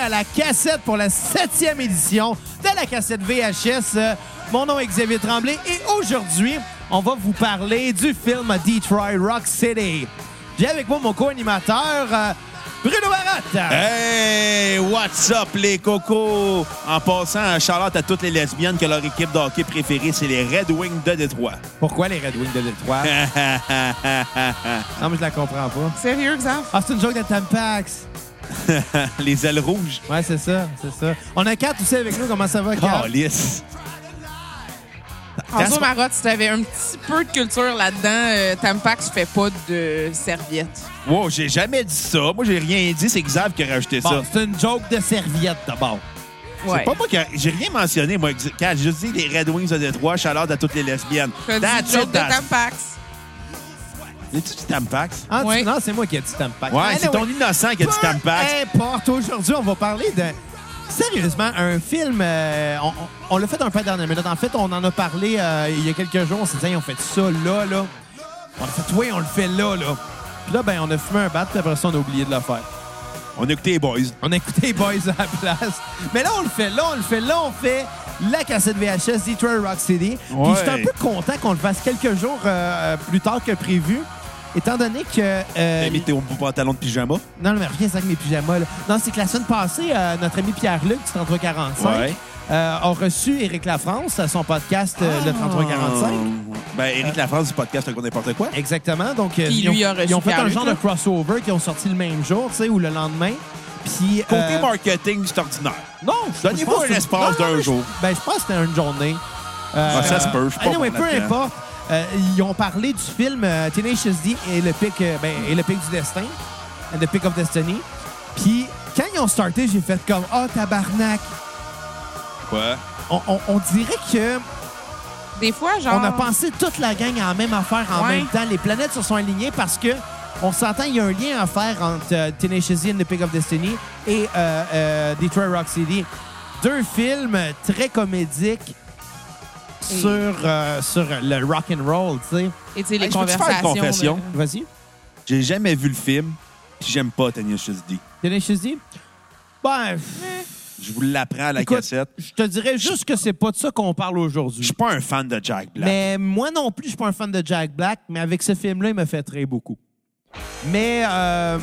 à la cassette pour la septième édition de la cassette VHS. Euh, Mon nom est Xavier Tremblay et aujourd'hui, on va vous parler du film Detroit Rock City. J'ai avec moi mon co-animateur, euh, Bruno Barat. Hey, what's up les cocos? En passant, Charlotte à toutes les lesbiennes que leur équipe de hockey préférée, c'est les Red Wings de Détroit. Pourquoi les Red Wings de Detroit? non, mais je la comprends pas. Sérieux, Xav? Ah, c'est une joke de Tampax. les ailes rouges. Ouais, c'est ça, c'est ça. On a quatre aussi avec nous. Comment ça va, Kat? Oh, Calisse. Enzo Marotte, si t'avais un petit peu de culture là-dedans, euh, Tampax fait pas de serviettes. Wow, j'ai jamais dit ça. Moi, j'ai rien dit. C'est Xav qui a rajouté Bon, ça. c'est une joke de serviette d'abord. Ouais. C'est pas moi qui a- J'ai rien mentionné, moi. Xa- Quand je dis les Red Wings de Détroit, Charlotte à toutes les lesbiennes. Je te dis That's joke it, de that's- Tampax. As-tu dit Tampax? Ah, tu- Ouais. Non, c'est moi qui ai dit Tampax. Ouais, Anyway, c'est ton innocent qui a dit peu Tampax. importe, aujourd'hui, on va parler de... Sérieusement, un film, euh, on, on- on l'a fait un peu à la dernière minute. En fait, on en a parlé euh, il y a quelques jours. On s'est dit, Hey, on fait ça là, là. On a fait, oui, on le fait là, là. Puis là, ben, on a fumé un bat, puis après ça, on a oublié de le faire. On a écouté les boys. On a écouté les Boys à la place. Mais là, on le fait, là, on le fait, là, on fait la cassette VHS Detroit Rock City. Puis Ouais. je suis un peu content qu'on le fasse quelques jours euh, plus tard que prévu, étant donné que... euh, T'as mis tes pantalons de pyjama. non, non, mais rien, c'est avec mes pyjamas. Là. Non, c'est que la semaine passée, euh, notre ami Pierre-Luc du 3345 Ouais. euh, a reçu Éric Lafrance à son podcast euh, Ah! Le Oh. 3345. Ben, Éric Lafrance du podcast Raconte n'importe quoi. Exactement. Donc, euh, Qui, ils ont, lui, a reçu ils ont fait un Pierre-Luc, genre là. de crossover qui ont sorti le même jour, tu sais, ou le lendemain. Puis, Côté euh, marketing, c'est ordinaire. Non, je Donnez-moi pense que- un espace Non, non, d'un mais je- jour. Ben, je pense que c'était une journée. Euh, Ah, ça se peut, je suis pas anyway, bon peu là-dedans. importe. Euh, ils ont parlé du film euh, Tenacious D et le pic, euh, ben, et le pic du destin, and The Pick of Destiny. Puis quand ils ont starté, j'ai fait comme ah tabarnak. Quoi? On, on- on dirait que Des fois, genre. on a pensé toute la gang en même affaire en Ah. Ouais. même temps. Les planètes se sont alignées parce que on s'entend, il y a un lien à faire entre euh, Tenacious D and The Pick of Destiny et euh, euh, Detroit Rock City. Deux films très comédiques sur, euh, sur le rock and roll, tu sais. Et tu sais, les Hey, je peux-tu conversations. faire une confession? là. Vas-y. J'ai jamais vu le film, puis j'aime pas Tenacious D. Tenacious D? Ben, Je vous l'apprends à la écoute, cassette. je te dirais juste que c'est pas de ça qu'on parle Je aujourd'hui. suis pas un fan de Jack Black. Mais moi non plus, je suis pas un fan de Jack Black, mais avec ce film-là, il me fait très beaucoup. Mais, euh...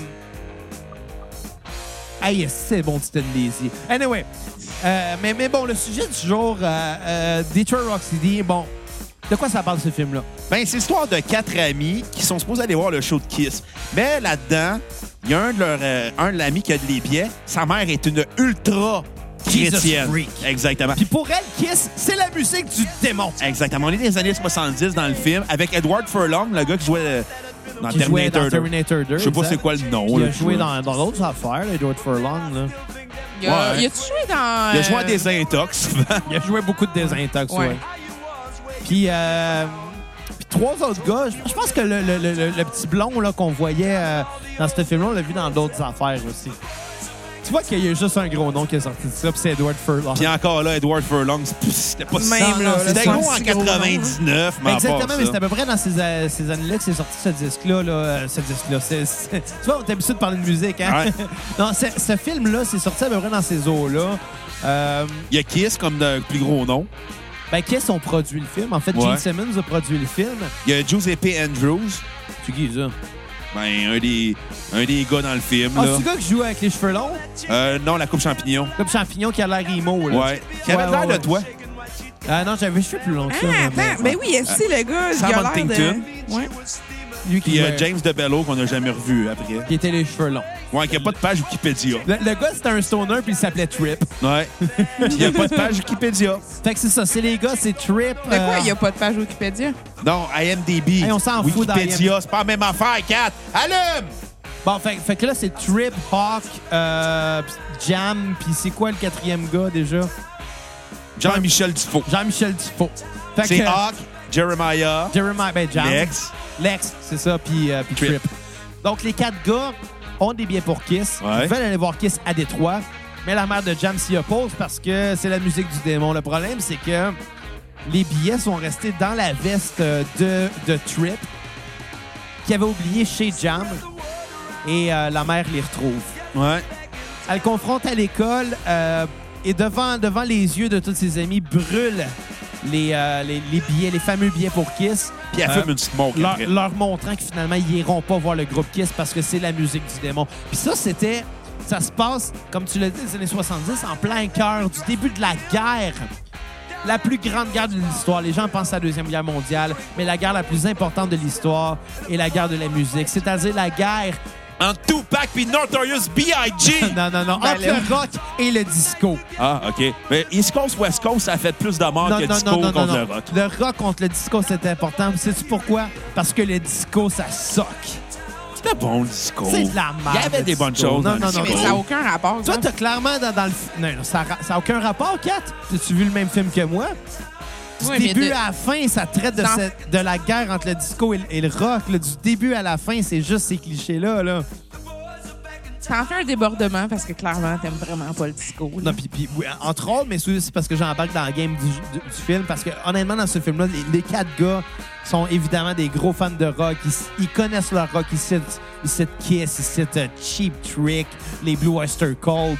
Ah yes, c'est bon, Titan Lazy. Anyway, euh, mais, mais bon, le sujet du jour, euh, euh, Detroit Rock City, bon, de quoi ça parle ce film-là? Ben, c'est l'histoire de quatre amis qui sont supposés aller voir le show de Kiss. Mais là-dedans, il y a un de leurs euh, un de l'ami qui a de les pieds. Sa mère est une ultra Jesus chrétienne. freak. Exactement. Puis pour elle, Kiss, c'est la musique du démon. Exactement. On est des années 70 dans le film avec Edward Furlong, le gars qui jouait euh, dans, Qui jouait Terminator, dans 2. Terminator 2. Je sais pas exact. c'est quoi le nom. Il là, a qui joué jouait. dans dans d'autres affaires, là, Edward Furlong. Là. Y a- Ouais. Y a-tu joué dans. Il a joué à euh, des intox souvent. Il a joué beaucoup de désintox, ouais. Ouais. Puis, euh, puis trois autres gars. Je je pense que le, le- le- le- le petit blond là, qu'on voyait euh, dans ce film-là, on l'a vu dans d'autres affaires aussi. Tu vois qu'il y a juste un gros nom qui est sorti de ça, puis c'est Edward Furlong. Puis encore là, Edward Furlong, c'est- pff, c'était pas Même, Non, là, non, là, c'est C'était ça, gros en si gros, hein. 99, mais à part Exactement, mais ça. c'est à peu près dans ces, euh, ces années-là que c'est sorti ce disque-là. Là, euh, ce disque-là. C'est- c'est- Tu vois, on est habitué de parler de musique, hein? Ouais. non, c'est- ce film-là, c'est sorti à peu près dans ces eaux-là. Euh, Il y a Kiss comme le plus gros nom. ben, qu'est-ce qu'on produit le film? En fait, Ouais. Gene Simmons a produit le film. Il y a Giuseppe Andrews, Tu qui, ça? ben, un, des, un des gars dans le film. Ah, là. c'est le gars qui joue avec les cheveux longs? Euh, non, la coupe champignon. Comme champignon qui a l'air imo, là. Ouais. Qui avait Ouais, l'air ouais, ouais. de toi. Ah non, j'avais les cheveux plus longs que ça. Ah, mais- attends. Ben oui, est-ce que le gars. Sam il a l'air Huntington. de- Ouais. Lui qui, Puis euh, ouais, James DeBello qu'on n'a jamais revu après. qui était les cheveux longs. Ouais, qui a pas de page Wikipédia. Le, le gars, c'était un stoner, puis il s'appelait Trip. Ouais. Il y a pas de page Wikipédia. Fait que c'est ça, c'est les gars, c'est Trip. De quoi euh, il y a pas de page Wikipédia? Non, IMDB. Hey, on s'en fout Wikipédia, c'est pas la même affaire, Kat. Allume! Bon, fait, fait que là, c'est Trip, Hawk, euh, pis Jam, puis c'est quoi le quatrième gars, déjà? Jean-Michel Dufault. Jean-Michel Dufault. Fait que... C'est Hawk, Jeremiah, Jeremiah, ben Jam. Lex. Lex, c'est ça, puis euh, puis Trip. Trip. Donc, les quatre gars ont des billets pour Kiss. Ouais. Ils veulent aller voir Kiss à Détroit. Mais la mère de Jam s'y oppose parce que c'est la musique du démon. Le problème, c'est que les billets sont restés dans la veste euh, de, de Trip, qui avait oublié chez Jam. Et euh, la mère les retrouve. Ouais. Elle confronte à l'école euh, et devant, devant les yeux de tous ses amis, brûle les, euh, les, les billets, les fameux billets pour Kiss, Puis elle Euh, fume une petite smoke leur, après. leur montrant que finalement, ils iront pas voir le groupe Kiss parce que c'est la musique du démon. Puis ça, c'était... Ça se passe, comme tu l'as dit, les années 70, en plein cœur du début de la guerre. La plus grande guerre de l'histoire. Les gens pensent à la Deuxième Guerre mondiale, mais la guerre la plus importante de l'histoire est la guerre de la musique, c'est-à-dire la guerre En Tupac puis Notorious B.I.G. non, non, non. Ben Entre là. le rock et le disco. ah, OK. Mais East Coast, West Coast, ça a fait plus de morts Non, que non, Ah, disco Ah, non, non, non, contre non. le rock. Le rock contre le disco, c'est important. Sais-tu pourquoi? Parce que le disco, ça soque. C'était bon, le disco. C'est de la merde. Il y avait le des bonnes disco. choses Non, dans non, le non, Mais disco. non. ça n'a aucun rapport. hein. Toi, ça. t'as clairement dans, dans le... f- Non, non, ça n'a aucun rapport, Kat. T'as-tu vu le même film que moi? Du Oui, mais début de- à la fin, ça traite de, Dans- cette- de la guerre entre le disco et, le- et le rock. là. Du début à la fin, c'est juste ces clichés-là. Là. T'en fais un débordement parce que clairement, t'aimes vraiment pas le disco. là. Non, puis, puis, oui, entre autres, mais c'est aussi parce que j'embarque dans la game du, du- du film. Parce que, honnêtement, dans ce film-là, les, les quatre gars sont évidemment des gros fans de rock. Ils, ils connaissent leur rock. Ils citent, ils citent Kiss, ils citent euh, Cheap Trick, les Blue Oyster Cult.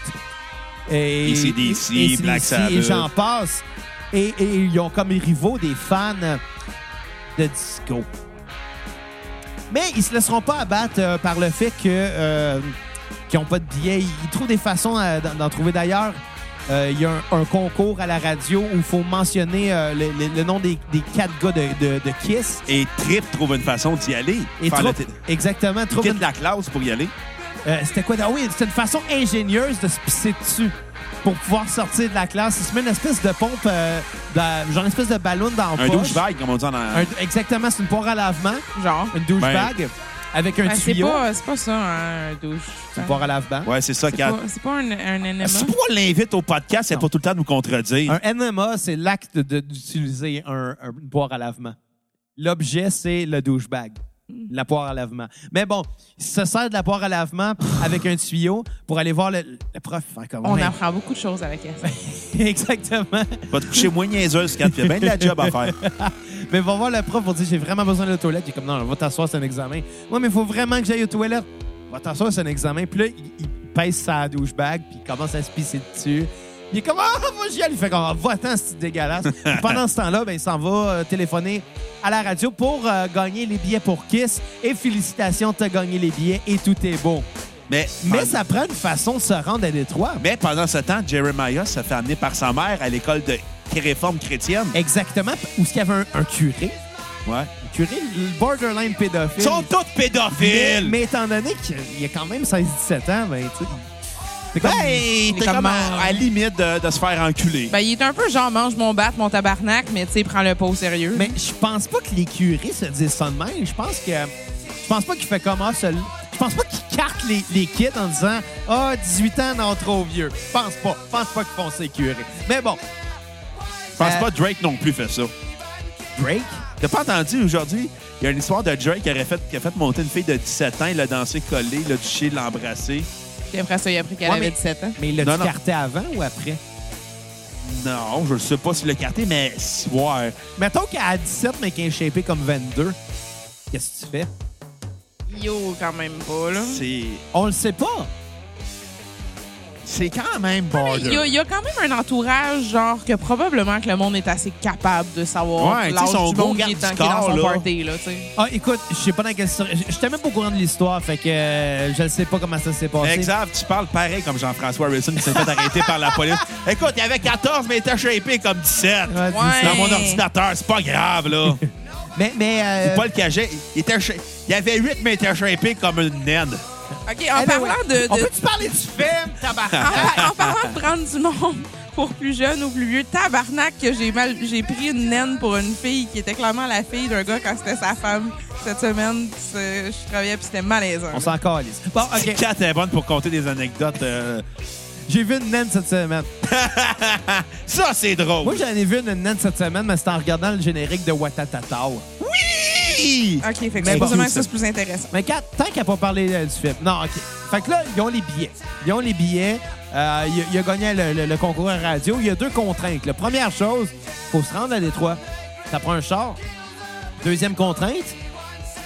Et, AC/DC, et- Black AC/DC, Sabbath. Et j'en passe. Et, et ils ont comme rivaux des fans de disco. Mais ils se laisseront pas abattre euh, par le fait que euh, qu'ils n'ont pas de billets. Ils trouvent des façons à- d'en d'en trouver d'ailleurs. Euh, Il y a un, un concours à la radio où il faut mentionner euh, le, le- le nom des, des quatre gars de, de- de Kiss. Et Trip trouve une façon d'y aller. Et Faire trouve- le t- exactement, Il trouve quitte une- la classe pour y aller. euh, C'était quoi? Ah oui, c'était une façon ingénieuse de se pisser dessus pour pouvoir sortir de la classe. Il se met une espèce de pompe, euh, dans- genre une espèce de ballon dans la Un poche. douchebag, comme on dit en anglais. Un- exactement, c'est une poire à lavement, Genre. une Ben, douchebag avec un Ben, c'est tuyau. pas, c'est pas ça, hein, un douche. C'est une poire à lavement. Ouais, c'est ça, C'est Kat. pas- c'est pas un, un enema. Si on l'invite au podcast, c'est pas tout le temps de nous contredire. Un NMA, c'est l'acte de- d'utiliser un, un- une poire à lavement. L'objet, c'est le douchebag. La poire à lavement. Mais bon, il se sert de la poire à lavement avec un tuyau pour aller voir le, le prof. Faire comme, On Ouais. apprend beaucoup de choses avec ça. Exactement. Va te coucher moins niaiseuse, Kat. Il y a bien de la job à faire. Mais va voir le prof pour dire j'ai vraiment besoin de la toilette. J'ai comme non, va t'asseoir, c'est un examen. Ouais, mais il faut vraiment que j'aille aux toilettes. Va t'asseoir, c'est un examen. Puis là, il, il pèse sa douchebag, puis il commence à se pisser dessus. Il est comme ah, moi j'y allais. Il fait comme ah, va-t'en, c'est dégueulasse. Puis pendant ce temps-là, ben, il s'en va euh, téléphoner à la radio pour euh, gagner les billets pour Kiss. Et félicitations, t'as gagné les billets et tout est beau. Mais, Mais ça prend une façon de se rendre à Détroit. mais pendant ce temps, Jeremiah se fait amener par sa mère à l'école de réforme chrétienne. Exactement. Où est-ce qu'il y avait un, un curé? Ouais. Un curé borderline pédophile. Ils sont tous Mais, pédophiles! mais étant donné qu'il y a quand même 16-17 ans, ben, tu sais. c'est comme- Ben, t'es comme comme un- à, à la limite de, de se faire enculer. Ben, il est un peu genre mange mon bat, mon tabarnak, mais tu sais, prends le pas au sérieux. Mais je pense pas que les curés se disent ça de même. Je pense que. Je pense pas qu'il fait comme ah, ce- Je pense pas qu'il carte les, les kids en disant Ah, 18 ans, non, trop vieux. Je pense pas. Je pense pas qu'ils font ces curés. Mais bon, Je pense euh, pas que Drake non plus fait ça. Drake, T'as pas entendu aujourd'hui? Il y a une histoire de Drake qui, aurait fait, qui a fait monter une fille de 17 ans, il l'a dansé collé, il l'a touché, l'a embrassé. Puis après ça, il a appris qu'elle Ouais, avait mais- 17 ans. mais il l'a Non, non. carté avant ou après? Non, je sais pas si le carté, mais si- ouais. Mettons qu'à 17, mais qu'il est shapé comme 22. Qu'est-ce que tu fais? Yo, quand même pas, là. C'est. On le sait pas. C'est quand même Mais Il y, a- border. il y a quand même un entourage, genre, que probablement que le monde est assez capable de savoir Ouais, tu sais, l'âge son du gros monde qui garde est, du en- qui est dans corps, son là. party, là, tu sais. Ah, écoute, je sais pas dans quelle histoire. Je t'aime même pas au courant de l'histoire, fait que euh, je ne sais pas comment ça s'est passé. Exact, tu parles pareil comme Jean-François Harrison qui s'est fait arrêter par la police. Écoute, il avait 14, mais il était shapé comme 17. Ouais, dis- Ouais. Dans mon ordinateur, c'est pas grave, là. Mais, mais euh, Paul Caget, il, était cha- il avait 8, mais il était shapé comme une naine. OK, en eh ben parlant ouais. de... On de- peut-tu parler du film, tabarnak? en, par- Ah, en parlant de prendre du monde pour plus jeune ou plus vieux, tabarnak que j'ai mal, j'ai pris une naine pour une fille qui était clairement la fille d'un gars quand c'était sa femme. Cette semaine, c'est- je travaillais puis c'était malaisant. On s'en calisse. Bon, OK. Kat est bonne pour compter des anecdotes. euh, J'ai vu une naine cette semaine. Ça, c'est drôle. Moi, j'en ai vu une naine cette semaine, mais c'était en regardant le générique de Watatatao. Oui! OK, fait que Mais c'est bon. pour ça que ça, c'est plus intéressant. Mais quand, tant qu'elle n'a pas parlé euh, du film. Non, OK. Fait que là, ils ont les billets. Ils ont les billets. Euh, il, a- il a gagné le, le- le concours à radio. Il y a deux contraintes. La première chose, faut se rendre à Détroit. Ça prend un char. Deuxième contrainte,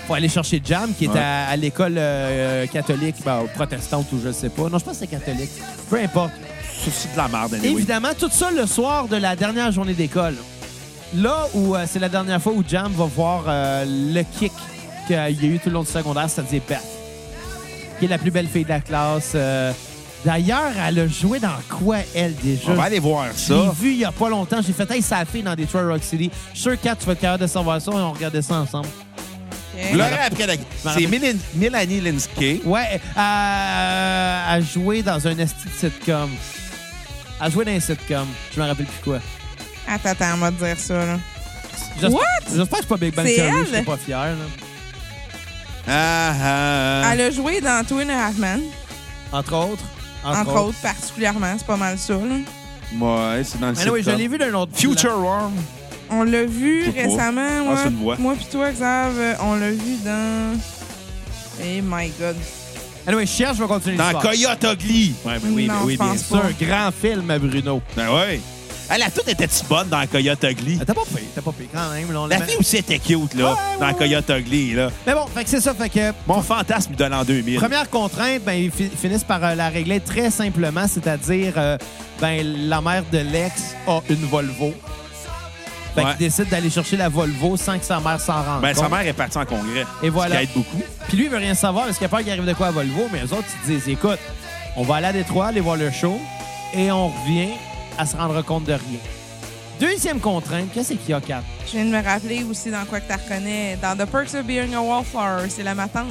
pour aller chercher Jam, qui est Ouais. à, à l'école euh, catholique, ben, protestante ou je sais pas. Non, je pense que c'est catholique. Peu importe. C'est aussi de la merde, anyway. Évidemment, tout ça le soir de la dernière journée d'école. Là où euh, c'est la dernière fois où Jam va voir euh, le kick qu'il y a eu tout le long du secondaire, c'est-à-dire Beth, qui est la plus belle fille de la classe. Euh, D'ailleurs, elle a joué dans quoi, elle, déjà? On va aller voir Je l'ai ça. vu il y a pas longtemps. J'ai fait, hey, ça a fait dans Detroit Rock City. Je suis sûr, Kat, tu vas être capable de savoir ça. On regardait ça ensemble. Vous l'aurez après la... C'est Mélin- Mélanie Linsky. Ouais, euh, elle jouait dans un esti de sitcom. Elle jouait dans un sitcom. Je me rappelle plus quoi. Attends, attends, on va te dire ça, là. J'espère- What? J'espère que c'est pas Big Bang C'est Theory, elle? je suis pas fier. Là. Ah, ah, ah. Elle a joué dans Two and a Half Men, Entre autres. entre, autres. particulièrement. C'est pas mal ça, là. Ouais, c'est dans le Mais oui, je sitcom. l'ai vu d'un autre. Future Worm. On l'a vu Je sais pas. récemment, moi. c'est une voix. Moi pis toi, Xav, euh, on l'a vu dans... Hey my God. Anyway, je cherche, je vais continuer Dans l'histoire. Coyote Ugly. Ouais, mais oui, Non, mais oui, je bien pense C'est sûr. un grand film, à Bruno. Ben oui. Elle a toute était-tu bonne dans Coyote Ugly? Ah, T'as pas payé, t'as pas payé quand même. là, on La l'aimait. fille aussi était cute, là, Ah, ouais, dans ouais, Coyote Ugly, là. Mais bon, fait que c'est ça. Fait que Mon fantasme de l'an 2000. Première contrainte, ben, ils fi- finissent par euh, la régler très simplement, c'est-à-dire euh, ben, la mère de l'ex a une Volvo. Fait Ouais. qu'il décide d'aller chercher la Volvo sans que sa mère s'en rende Ben, sa compte. mère est partie en congrès. Et voilà. Ce qui aide beaucoup. Puis lui, il veut rien savoir parce qu'il a peur qu'il arrive de quoi à Volvo, mais eux autres, ils disent écoute, on va aller à Détroit, aller voir le show, et on revient à se rendre compte de rien. Deuxième contrainte, qu'est-ce qu'il y a, Cap? Je viens de me rappeler aussi dans quoi que t'as reconnais. Dans The Perks of Being a Wallflower, c'est la ma tante.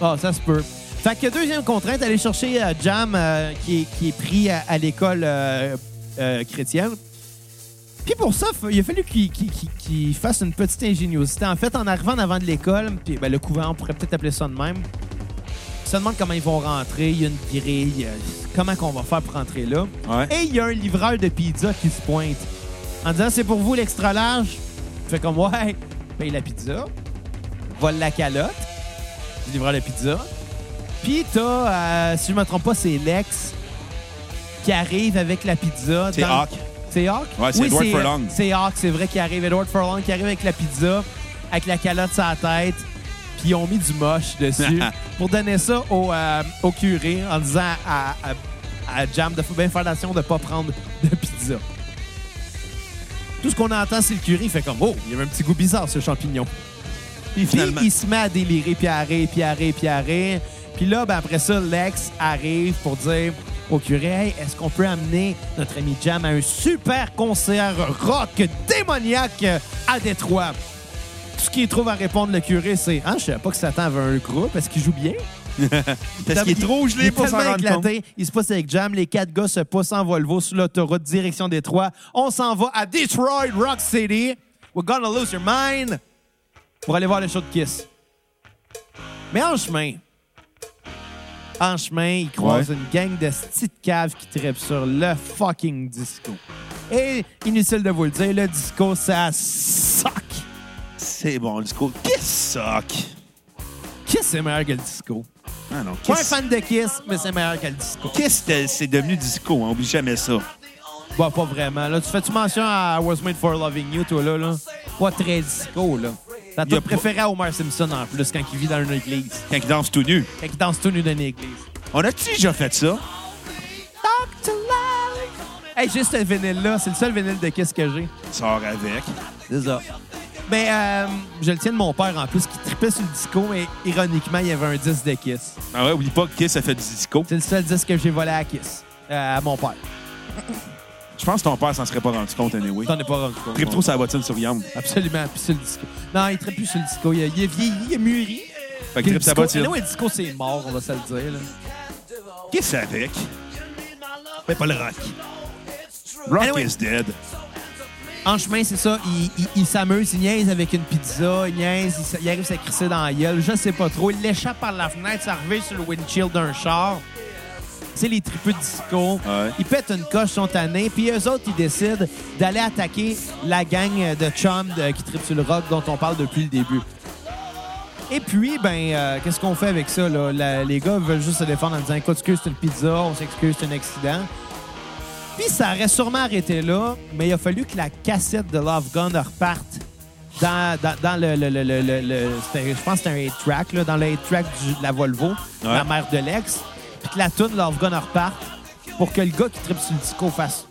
Ah, ça se peut. Fait que deuxième contrainte, aller chercher euh, Jam euh, qui, est- qui est pris à, à l'école euh, euh, chrétienne. Puis pour ça, f- il a fallu qu'il qu'il- qu'il- qu'il fasse une petite ingéniosité. En fait, en arrivant en avant de l'école, puis ben, le couvent, on pourrait peut-être appeler ça de même. Il se demande comment ils vont rentrer, il y a une grille, euh, comment qu'on va faire pour rentrer là. Ouais. Et il y a un livreur de pizza qui se pointe en disant c'est pour vous l'extra large. Il Fait comme ouais, paye la pizza, vole la calotte du livreur de pizza. Puis t'as, euh, si je me trompe pas, c'est Lex qui arrive avec la pizza. C'est dans- Hawk. C'est Hawk? Ouais, c'est Oui, Edward Furlong. C'est Hawk, c'est vrai qu'il arrive. Edward Furlong qui arrive avec la pizza, avec la calotte sur la tête. Puis ils ont mis du moche dessus pour donner ça au, euh, au curé en disant à, à, à Jam de bien faire attention de ne pas prendre de pizza. Tout ce qu'on entend, c'est le curé. Il fait comme Oh, il y avait un petit goût bizarre, ce champignon. Puis Puis finalement. il se met à délirer, puis à rire, puis à rire, puis à rire. Puis là, ben, après ça, Lex arrive pour dire au curé Hey, est-ce qu'on peut amener notre ami Jam à un super concert rock démoniaque à Détroit Tout ce qu'il trouve à répondre, le curé, c'est Ah, je savais pas que Satan avait un groupe, est-ce qu'il joue bien Parce qu'il est trop il gelé est pour s'en tellement rendre compte. éclaté. Il se passe avec Jam. Les quatre gars se poussent en Volvo sur l'autoroute direction Détroit. On s'en va à Detroit, Rock City. We're gonna lose your mind. Pour aller voir le show de Kiss. Mais en chemin, en chemin, ils croisent Ouais. une gang de petites caves qui trippent sur le fucking disco. Et inutile de vous le dire, le disco, ça suck. C'est bon, le discours. Kiss suck. Kiss, c'est meilleur que le disco. Ah non, Pas un Kiss. fan de Kiss, mais c'est meilleur que le disco. Kiss, c'était- c'est devenu disco, hein, oublie jamais ça. Bah, pas vraiment. Là, tu fais-tu mention à I Was Made for Loving You, toi, là? là? Pas très disco, là. T'as Y a tout préféré à Homer Simpson, en plus, quand il vit dans une église. Quand il danse tout nu. Quand il danse tout nu dans une église. On a-tu déjà fait ça? Talk to life! Hey, juste ce vinyle-là, c'est le seul vinyle de Kiss que j'ai. Sors avec. C'est ça. Mais euh, je le tiens de mon père, en plus, qui tripait sur le disco, mais ironiquement, il y avait un disque de Kiss. Ah ouais, oublie pas que Kiss a fait du disco. C'est le seul disque que j'ai volé à Kiss. euh, à mon père. Je pense que ton père s'en serait pas rendu compte, anyway. T'en es pas rendu compte. Trip trop sa bottine sur Yam. Absolument, plus sur le disco. Non, il tripe plus sur le disco. Il a, il a vieilli, il a mûri. Fait que le Trip sa disco, bottine. non, le disco, c'est mort, on va se le dire. là. Kiss avec. Mais pas le rock. Rock Anyway. is dead. En chemin, c'est ça, il, il- il s'amuse, il niaise avec une pizza, il niaise, il, s- il arrive à se crisser dans la gueule, je sais pas trop. Il l'échappe par la fenêtre, c'est arrivé sur le windshield d'un char. C'est les tripeux de disco. Ouais. Ils pètent une coche, sont tannés, puis eux autres, ils décident d'aller attaquer la gang de chums de- qui tripent sur le rock dont on parle depuis le début. Et puis, ben, euh, qu'est-ce qu'on fait avec ça? Là? La- les gars veulent juste se défendre en disant Écoute, excuse, c'est une pizza, on s'excuse, c'est un accident. Puis ça aurait sûrement arrêté là, mais il a fallu que la cassette de Love Gun reparte dans, dans, dans le, le- le- le- le- le- c'était- je pense que c'était un 8-track, là, dans le 8-track du- de la Volvo, la mère de l'ex, puis que la toune Love Gun reparte pour que le gars qui tripe sur le disco fasse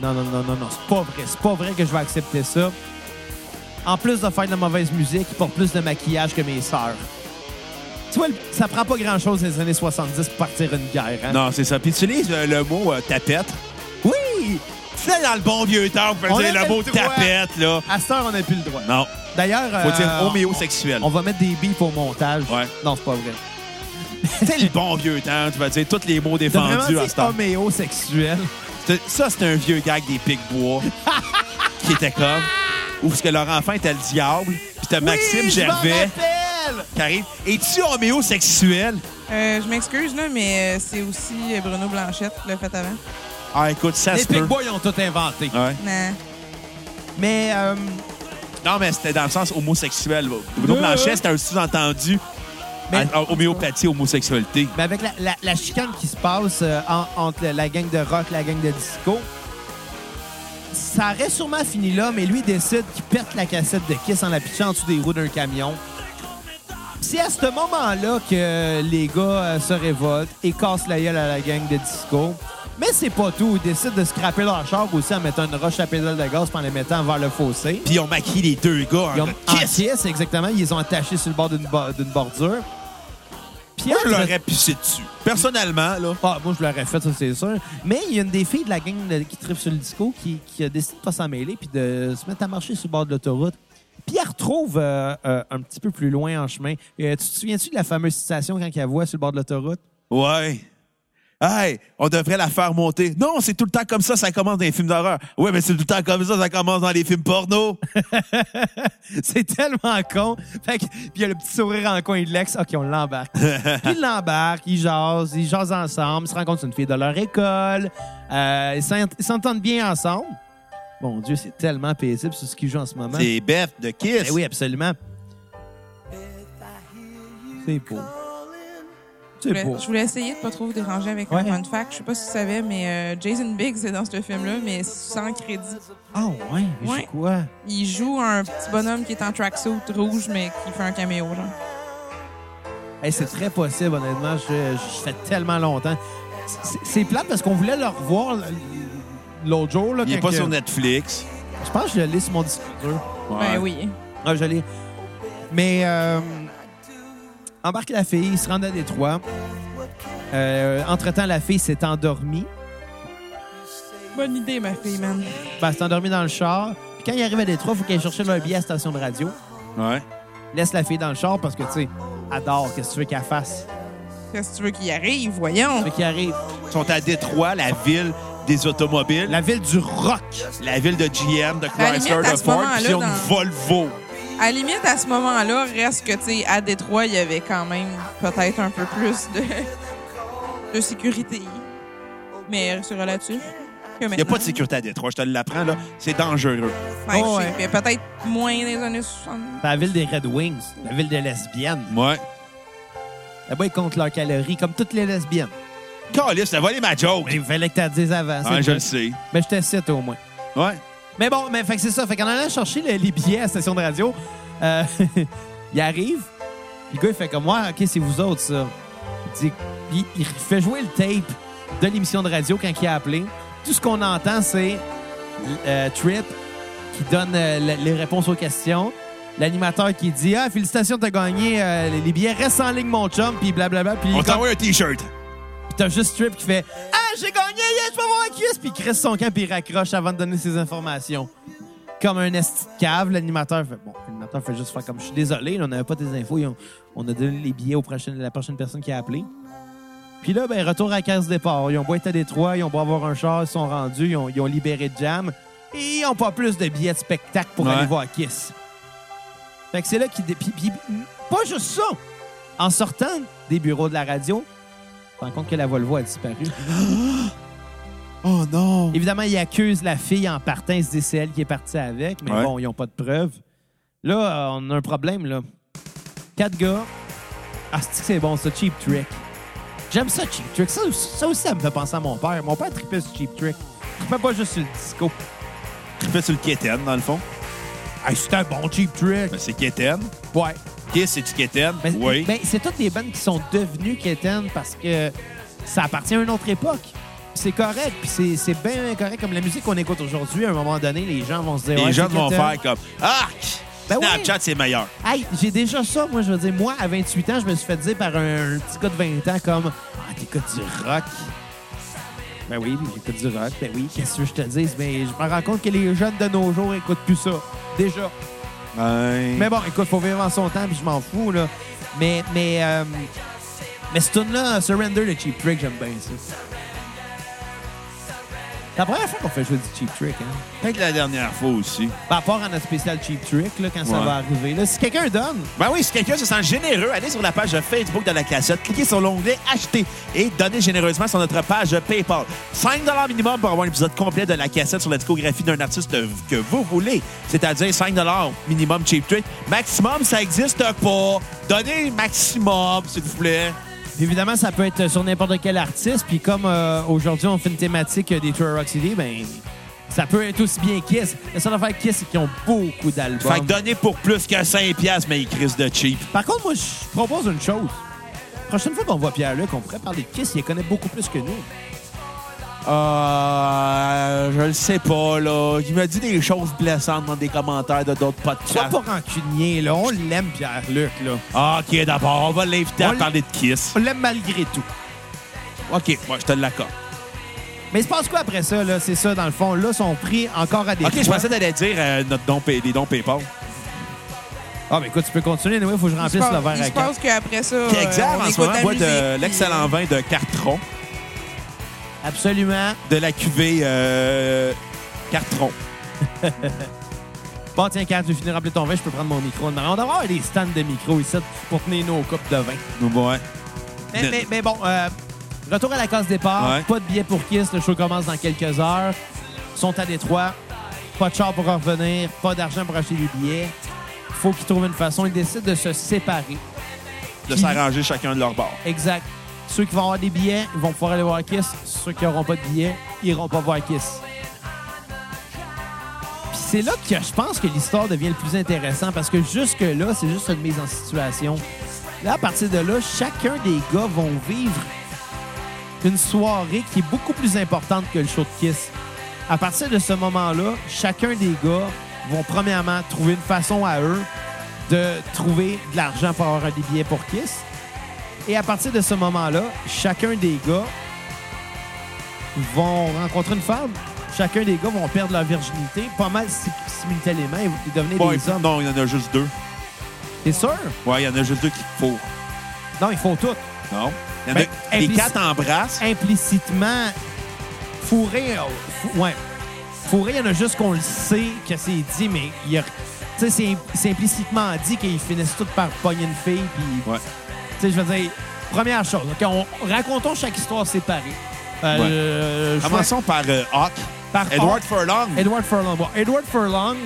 non, non, non, non, non, c'est pas vrai. C'est pas vrai que je vais accepter ça. En plus de faire de la mauvaise musique, il porte plus de maquillage que mes sœurs. Tu vois, le- ça prend pas grand-chose les années 70 pour partir une guerre, hein? Non, c'est ça. Puis tu utilises euh, le mot euh, tapette. Oui! Tu sais, dans le bon vieux temps, on peut On dire avait le mot le droit. tapette, là. À cette heure, on n'a plus le droit. Non, D'ailleurs, faut euh, dire homéosexuel. on va mettre des billes pour montage. Ouais. Non, c'est pas vrai. C'était le bon vieux temps, tu vas dire tous les mots T'as vraiment défendus à dit ce temps. homéosexuel. C'est- Ça, c'était un vieux gag des Pic-Bois qui était comme. Où est-ce que leur enfant était le diable, puis t'as Maxime Oui, je m'en Gervais rappelle! qui arrive. Es-tu homéosexuel? Euh, je m'excuse, là, mais euh, c'est aussi euh, Bruno Blanchette qui l'a fait avant. Ah, écoute, ça Les se peut. Pig-Boys ont tout inventé. Ouais. Non. Mais euh, Non, mais c'était dans le sens homosexuel. là. Bruno Ouais, ouais. Blanchet, c'était un sous-entendu Mais- à- à- homéopathie, homosexualité. Mais Ben, avec la, la- la chicane qui se passe euh, en- entre la, la gang de rock la gang de disco, ça aurait sûrement fini là, mais lui décide qu'il pète la cassette de Kiss en la pitchant en dessous des roues d'un camion. C'est à ce moment-là que les gars euh, se révoltent et cassent la gueule à la gang de disco. Mais c'est pas tout. Ils décident de scraper leur char aussi en mettant une roche à pédale de gaz puis en les mettant vers le fossé. Puis ils ont maquillé les deux gars Ils en ont, Ah, mode en Ah, kiss. Kiss, exactement. Ils les ont attachés sur le bord d'une bo- d'une bordure. Puis Moi, je entre- leur ai pissé dessus. Personnellement, là. ah, moi, je l'aurais fait, ça, c'est sûr. Mais il y a une des filles de la gang de- qui tripe sur le disco qui, qui a décidé de pas s'en mêler puis de se mettre à marcher sur le bord de l'autoroute. Puis elle retrouve euh, euh, un petit peu plus loin en chemin. Euh, tu te souviens-tu de la fameuse citation quand elle voit sur le bord de l'autoroute? Ouais. Hey, on devrait la faire monter. Non, c'est tout le temps comme ça, ça commence dans les films d'horreur. Ouais, mais c'est tout le temps comme ça, ça commence dans les films porno. C'est tellement con. Fait que, puis il y a le petit sourire en coin de l'ex. OK, on l'embarque. puis il l'embarque, ils jasent, ils jasent ensemble, ils se rencontrent une fille de leur école. Euh, ils s'ent- ils s'entendent bien ensemble. Mon Dieu, c'est tellement paisible sur ce qu'ils jouent en ce moment. C'est Beth de Kiss. Ben Eh oui, absolument. C'est beau. Je C'est voulais- beau. Je voulais essayer de pas trop vous déranger avec Ouais. un fun fact. Je sais pas si tu savais, mais euh, Jason Biggs est dans ce film-là, mais sans crédit. Ah ouais, il Ouais. joue quoi? Il joue un petit bonhomme qui est en tracksuit rouge, mais qui fait un caméo, genre. Eh, c'est très possible, honnêtement. Je, je fais tellement longtemps. C'est- C'est plate parce qu'on voulait le revoir l- l'autre jour. Là, Il est quand pas que- sur Netflix. Je pense que je l'ai sur mon disque dur. Ouais. Ben oui. Ah, je l'ai. Mais euh, embarque la fille, ils se rendent à Détroit. Euh, Entre-temps, la fille s'est endormie. Bonne idée, ma fille, man. Ben, elle s'est endormie dans le char. Puis quand ils arrivent à Détroit, il faut qu'elle cherche leur billet à la station de radio. Ouais. laisse la fille dans le char parce que, tu sais, adore. Qu'est-ce que tu veux qu'elle fasse? Qu'est-ce que tu veux qu'il arrive? Voyons. Ce qui arrive. Ils sont à Détroit, la ville des automobiles, la, La ville du rock. ville de GM, de Ben, la Chrysler, limite, à de ce Ford, moment-là, puis ils ont une dans- Volvo. À la limite, à ce moment-là, reste que, tu sais, à Détroit, il y avait quand même peut-être un peu plus de, de sécurité. Mais c'est relatif. Il n'y a pas de sécurité à Détroit, je te l'apprends, là. C'est dangereux. Ouais, Oh, je sais, ouais. mais peut-être moins dans les années 60. C'est la ville des Red Wings. La ville des lesbiennes. Ouais. Là-bas, ils comptent leurs calories comme toutes les lesbiennes. Calice, t'as volé ma joke. Mais il fallait que tu dises avant. c'est Ouais, Ah, je vrai. le sais. Mais je t'incite au moins. Ouais. Mais bon, mais fait que c'est ça. Fait qu'en allant chercher les, les billets à la station de radio, euh, il arrive. puis Le gars, il fait comme moi, OK, c'est vous autres, ça. Il, dit, puis il fait jouer le tape de l'émission de radio quand il a appelé. Tout ce qu'on entend, c'est euh, Trip qui donne euh, la- les réponses aux questions. L'animateur qui dit Ah, félicitations, t'as gagné euh, les- les billets, reste en ligne, mon chum, puis blablabla. Puis On comme- t'envoie un T-shirt. puis t'as juste Trip qui fait Ah, j'ai gagné, yes, je vais voir un kiss. Puis il crisse son camp, puis il raccroche avant de donner ses informations. Comme un esti de cave, l'animateur fait Bon, l'animateur fait juste faire comme Je suis désolé, là, on n'avait pas tes infos, ils ont- on, a donné les billets aux prochaines- la prochaine personne qui a appelé. Puis là, ben, retour à la case départ. Ils ont beau être à Détroit, ils ont beau avoir un char, ils sont rendus, ils ont, ils ont libéré Jam. Et ils n'ont pas plus de billets de spectacle pour Ouais. aller voir Kiss. Fait que c'est là qu'ils. dé- puis- puis- pas juste ça! En sortant des bureaux de la radio, tu te rends compte que la Volvo a disparu. Oh non. Évidemment, ils accusent la fille en partant. Ils se disent c'est elle qui est partie avec. Mais Ouais. bon, ils n'ont pas de preuves. Là, euh, on a un problème, là. Quatre gars. Ah, c'est-tu que c'est bon, ça, Cheap Trick. J'aime ça, Cheap Trick. Ça, aussi- ça aussi, ça me fait penser à mon père. Mon père tripait sur Cheap Trick. Il tripait pas juste sur le disco. Trippé sur le quétaine, dans le fond. Hey, c'est un bon cheap trick. Ben, c'est Keten. Ouais. Kiss, c'est-tu Keten? Mais- oui. ben, c'est toutes des bandes qui sont devenues quétaines parce que ça appartient à une autre époque. Puis C'est correct, puis c'est- c'est bien correct. Comme la musique qu'on écoute aujourd'hui, à un moment donné, les gens vont se dire... ouais, Les jeunes c'est vont quétaine. faire comme Arc! Ben Snapchat, c'est meilleur. Hey, j'ai déjà ça, moi, je veux dire. Moi, à 28 ans, je me suis fait dire par un, un petit gars de 20 ans comme Ah, t'écoutes du rock. Ben oui, j'écoute du rock. Ben oui, qu'est-ce que je te dis? Mais je me rends compte que les jeunes de nos jours écoutent plus ça. Déjà. Mais bon, écoute, faut vivre en son temps, puis je m'en fous, là. Mais, mais, euh, mais ce tune-là, Surrender de Cheap Trick, j'aime bien ça. C'est la première fois qu'on fait jouer du Cheap Trick, hein? Peut-être la dernière fois aussi. Ben, à part à notre spécial Cheap Trick, là, quand ça Ouais. va arriver. Là, si quelqu'un donne, Ben oui, si quelqu'un se sent généreux, allez sur la page Facebook de la cassette, cliquez sur l'onglet Acheter et donnez généreusement sur notre page PayPal. 5 minimum pour avoir un épisode complet de la cassette sur la discographie d'un artiste que vous voulez, c'est-à-dire 5 minimum cheap trick. Maximum, ça n'existe pas. Donnez maximum, s'il vous plaît. Puis Évidemment, ça peut être euh, sur n'importe quel artiste. Puis comme euh, aujourd'hui, on fait une thématique euh, des Tour Rock CD, ben, ça peut être aussi bien Kiss. La seule affaire avec Kiss, c'est qu'ils ont beaucoup d'albums. Fait que donnez pour plus que 5 piastres, mais ils crissent de cheap. Par contre, moi, je propose une chose. Prochaine fois qu'on voit Pierre-Luc, on pourrait parler de Kiss. Il les connaît beaucoup plus que nous. Euh, je le sais pas, là. Il m'a dit des choses blessantes dans des commentaires de d'autres Sois podcasts. pas rancunier, là. On l'aime, Pierre-Luc, là. Ah, OK, d'abord, on va l'inviter On à l- parler de Kiss. On l'aime malgré tout. OK, moi, je te l'accorde. Mais il se passe quoi après ça, là? C'est ça, dans le fond. Là, sont pris encore à des OK, je fois. pensais d'aller dire euh, notre don, pay- les dons PayPal. Ah, mais écoute, tu peux continuer. Il faut que je Je remplisse le verre pense, à je quatre. pense qu'après ça, Qui euh, exact, on en ce écoute moment, la boit de musique, l'excellent vin de Cartron, Absolument. de la cuvée euh, Cartron. Bon, tiens, Kat, je finis de remplir ton vin, je peux prendre mon micro. On devrait avoir des stands de micro ici pour tenir nos coupes de vin. Ouais. Mais, mais- mais bon, euh, retour à la case départ. Ouais. Pas de billet pour Kiss. Le show commence dans quelques heures. Ils sont à Détroit. Pas de char pour en revenir. Pas d'argent pour acheter des billets. faut qu'ils trouvent une façon. Ils décident de se séparer. De s'arranger chacun de leur bord. Exact. Ceux qui vont avoir des billets ils vont pouvoir aller voir Kiss. Ceux qui n'auront pas de billets iront pas voir Kiss. Puis c'est là que je pense que l'histoire devient le plus intéressant parce que jusque-là, c'est juste une mise en situation. Là, à partir de là, chacun des gars vont vivre une soirée qui est beaucoup plus importante que le show de Kiss. À partir de ce moment-là, chacun des gars vont premièrement trouver une façon à eux de trouver de l'argent pour avoir des billets pour Kiss. Et à partir de ce moment-là, chacun des gars vont rencontrer une femme. Chacun des gars vont perdre leur virginité, pas mal si- simultanément, et devenir Bon, des hommes. non, il y en a juste deux. T'es sûr? Ouais, il y en a juste deux qui faut. Non, ils font tout. Non? Il y en a- Ben, les implicite- quatre embrassent. implicitement fourré. euh, fou- ouais. Fourré, il y en a juste qu'on le sait que c'est dit, mais il y a- tu sais, c'est c'est implicitement dit qu'ils finissent tous par pogner une fille. Puis, Ouais. tu sais, je veux dire, première chose, OK, on, racontons chaque histoire séparée. Euh, Ouais. euh, je vois- Commençons par euh, Hawk. par Edward Furlong. Edward Furlong. Bon, Edward Furlong,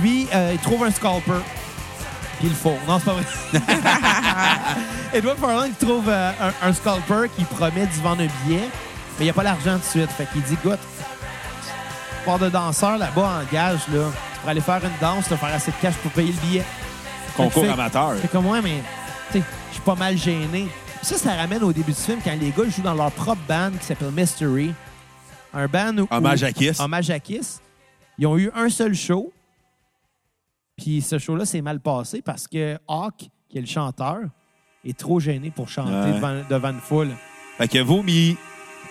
lui, euh, il trouve un scalper. Puis il le fourre. Non, c'est pas vrai. Edward Furlong il trouve euh, un, un scalper qui promet d'y vendre un billet, mais il n'y a pas l'argent tout de suite. Fait qu'il dit, goûte, part de danseur là-bas engage, là. Tu pourrais aller faire une danse, te faire assez de cash pour payer le billet. Concours Fait- amateur. C'est comme moi, mais tu sais, je suis pas mal gêné. Puis Ça, ça ramène au début du film quand les gars jouent dans leur propre band qui s'appelle Mystery. Un band où. Hommage où- à Kiss. Hommage à Kiss. Ils ont eu un seul show. Puis ce show-là s'est mal passé parce que Hawk, qui est le chanteur, est trop gêné pour chanter Ouais. devant, devant une foule. Fait que vomi.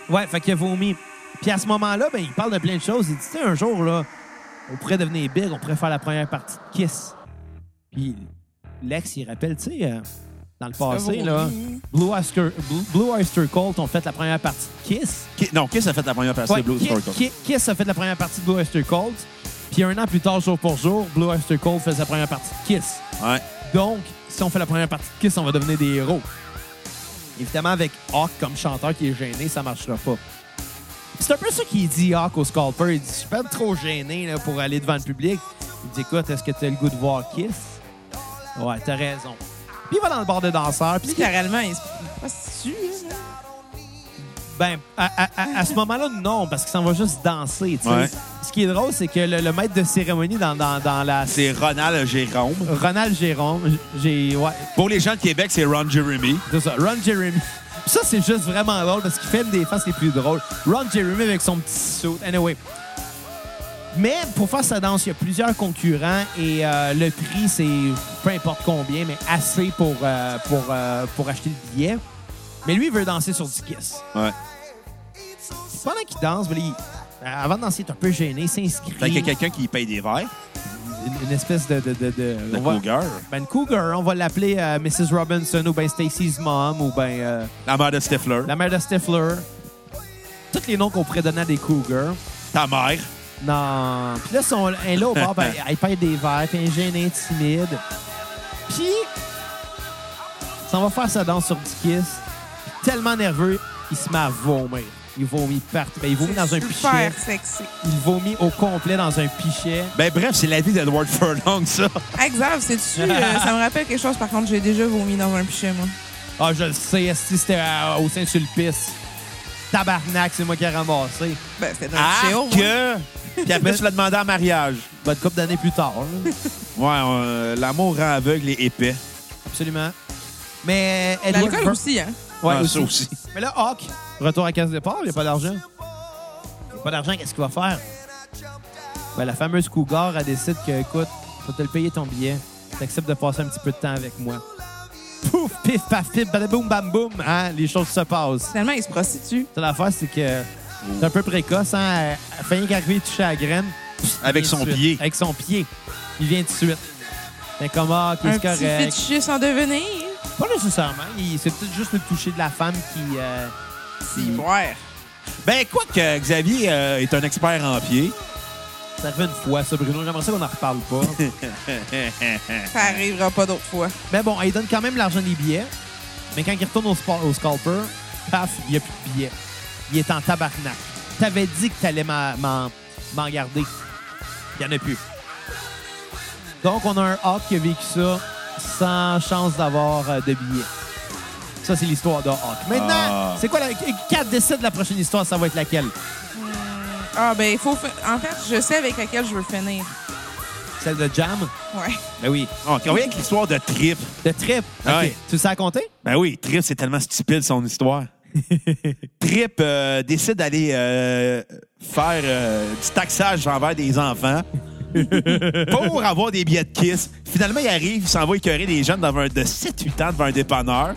Ouais, fait qu'il a vomi. Puis à ce moment-là, ben, il parle de plein de choses. Il dit, tu sais, un jour, là, on pourrait devenir big, on pourrait faire la première partie de Kiss. Puis Lex, il rappelle, tu sais, euh, dans le passé, vaut là, rien. Blue Oyster, Blue, Blue Oyster Cult ont fait la première partie de Kiss. Ki- Non, Kiss a fait la première partie Ouais, de Blues Ki- Circle. Ki- Kiss a fait la première partie de Blue Oyster Cult. Puis un an plus tard, jour pour jour, Blue Oyster Cult faisait la première partie de Kiss. Ouais. Donc, si on fait la première partie de Kiss, on va devenir des héros. Évidemment, avec Hawk comme chanteur qui est gêné, ça marchera pas. C'est un peu ça qu'il dit, Hawk, au Scalper. Il dit Je suis pas trop gêné là, pour aller devant le public. Il dit Écoute, est-ce que tu as le goût de voir Kiss Ouais, t'as raison. Puis il va dans le bar de danseurs. Puis ce qui- Littéralement, il se passe dessus. hein? Ben, à, à- à- à ce moment-là, non, parce qu'il s'en va juste danser. tu sais. Ouais. Ce qui est drôle, c'est que le, le maître de cérémonie dans, dans, dans la. C'est Ronald Jérôme. Ronald Jérôme. J'ai. Ouais, Pour les gens de Québec, c'est Ron Jeremy. c'est ça. Ron Jeremy. Puis ça, c'est juste vraiment drôle parce qu'il fait une des faces les plus drôles. Ron Jeremy avec son petit saut. Anyway. Mais pour faire sa danse, il y a plusieurs concurrents et euh, le prix, c'est peu importe combien, mais assez pour, euh, pour, euh, pour acheter le billet. Mais lui, il veut danser sur du kiss. Ouais. Pendant qu'il danse, ben, il- euh, avant de danser, il est un peu gêné, il Fait qu'il y s'inscrit. a quelqu'un qui paye des verres. Une, une espèce de. de, de, de- Le on va- cougar. Ben, une cougar, on va l'appeler euh, Mrs. Robinson ou ben Stacy's mom ou ben euh, La mère de Stifler. la mère de Stifler. Tous les noms qu'on pourrait donner à des cougars. Ta mère. Non. Puis là, son, elle est là au bord, ben, elle perd des verres, puis elle est gênée, timide. Puis, ça va faire sa danse sur du kiss. Tellement nerveux, il se met à vomir. Il vomit partout. Ben, il vomit dans un pichet. Super sexy. Il vomit au complet dans un pichet. Ben bref, c'est la vie d'Edward Furlong, ça. Exemple, c'est-tu... Ah, euh, ça me rappelle quelque chose, par contre, j'ai déjà vomi dans un pichet, moi. Ah, je le sais, si c'était euh, au Saint-Sulpice. Tabarnak, c'est moi qui ai ramassé. Ben, c'était dans un Ah pichet au moins. que... Puis après, tu l'as demandé en mariage. Ben, une couple d'années plus tard. hein. Ouais, euh, l'amour rend aveugle et épais. Absolument. Mais Edward L'alcool Fur- aussi, hein? Ouais, Ah, aussi. ça aussi. Mais là, Hawk, retour à caisse de départ, il n'y a pas d'argent. Il n'y a pas d'argent, qu'est-ce qu'il va faire? Ben, la fameuse Cougar, elle décide que, écoute, je vais te le payer ton billet. T'acceptes de passer un petit peu de temps avec moi. Pouf, pif, paf, pif, badaboum, bam, boum. Hein? Les choses se passent. Finalement, il se prostitue. Ça, L'affaire, c'est que c'est un peu précoce. Hein? Elle- Elle finit qu'arriver toucher à la graine. pff, il Avec vient son tout de suite. pied. Avec son pied. Il vient tout de suite. Mais comment, Un qu'est-ce petit correct? fétichiste en devenir. Pas nécessairement. Il- C'est peut-être juste le toucher de la femme qui. euh, Si, Mm. ouais. Ben, quoi que Xavier euh, est un expert en pied. Ça arrive une fois, ça, Bruno. J'aimerais ça qu'on en reparle pas. Ça arrivera pas d'autre fois. mais bon, il donne quand même l'argent des billets. Mais quand il retourne au, spa- au scalper, paf, il n'y a plus de billets. Il est en tabarnak. T'avais dit que t'allais m'a- m'en m'en garder. Il n'y en a plus. Donc, on a un Hawk qui a vécu ça sans chance d'avoir euh, de billets. Ça, c'est l'histoire de Hawk. Maintenant, Ah. c'est quoi la. Kat décide la prochaine histoire, ça va être laquelle? Ah, ben, il faut. fi- En fait, je sais avec laquelle je veux finir. Celle de Jam? Ouais. Ben oui. OK, on vient avec l'histoire de Trip. De Trip. OK. Ouais. Tu sais à compter? Ben oui, Trip, c'est tellement stupide, son histoire. Trip euh, décide d'aller euh, faire euh, du taxage envers des enfants pour avoir des billets de kiss. Finalement, il arrive, il s'en va écœurer des jeunes devant un- de 7-8 ans devant un dépanneur.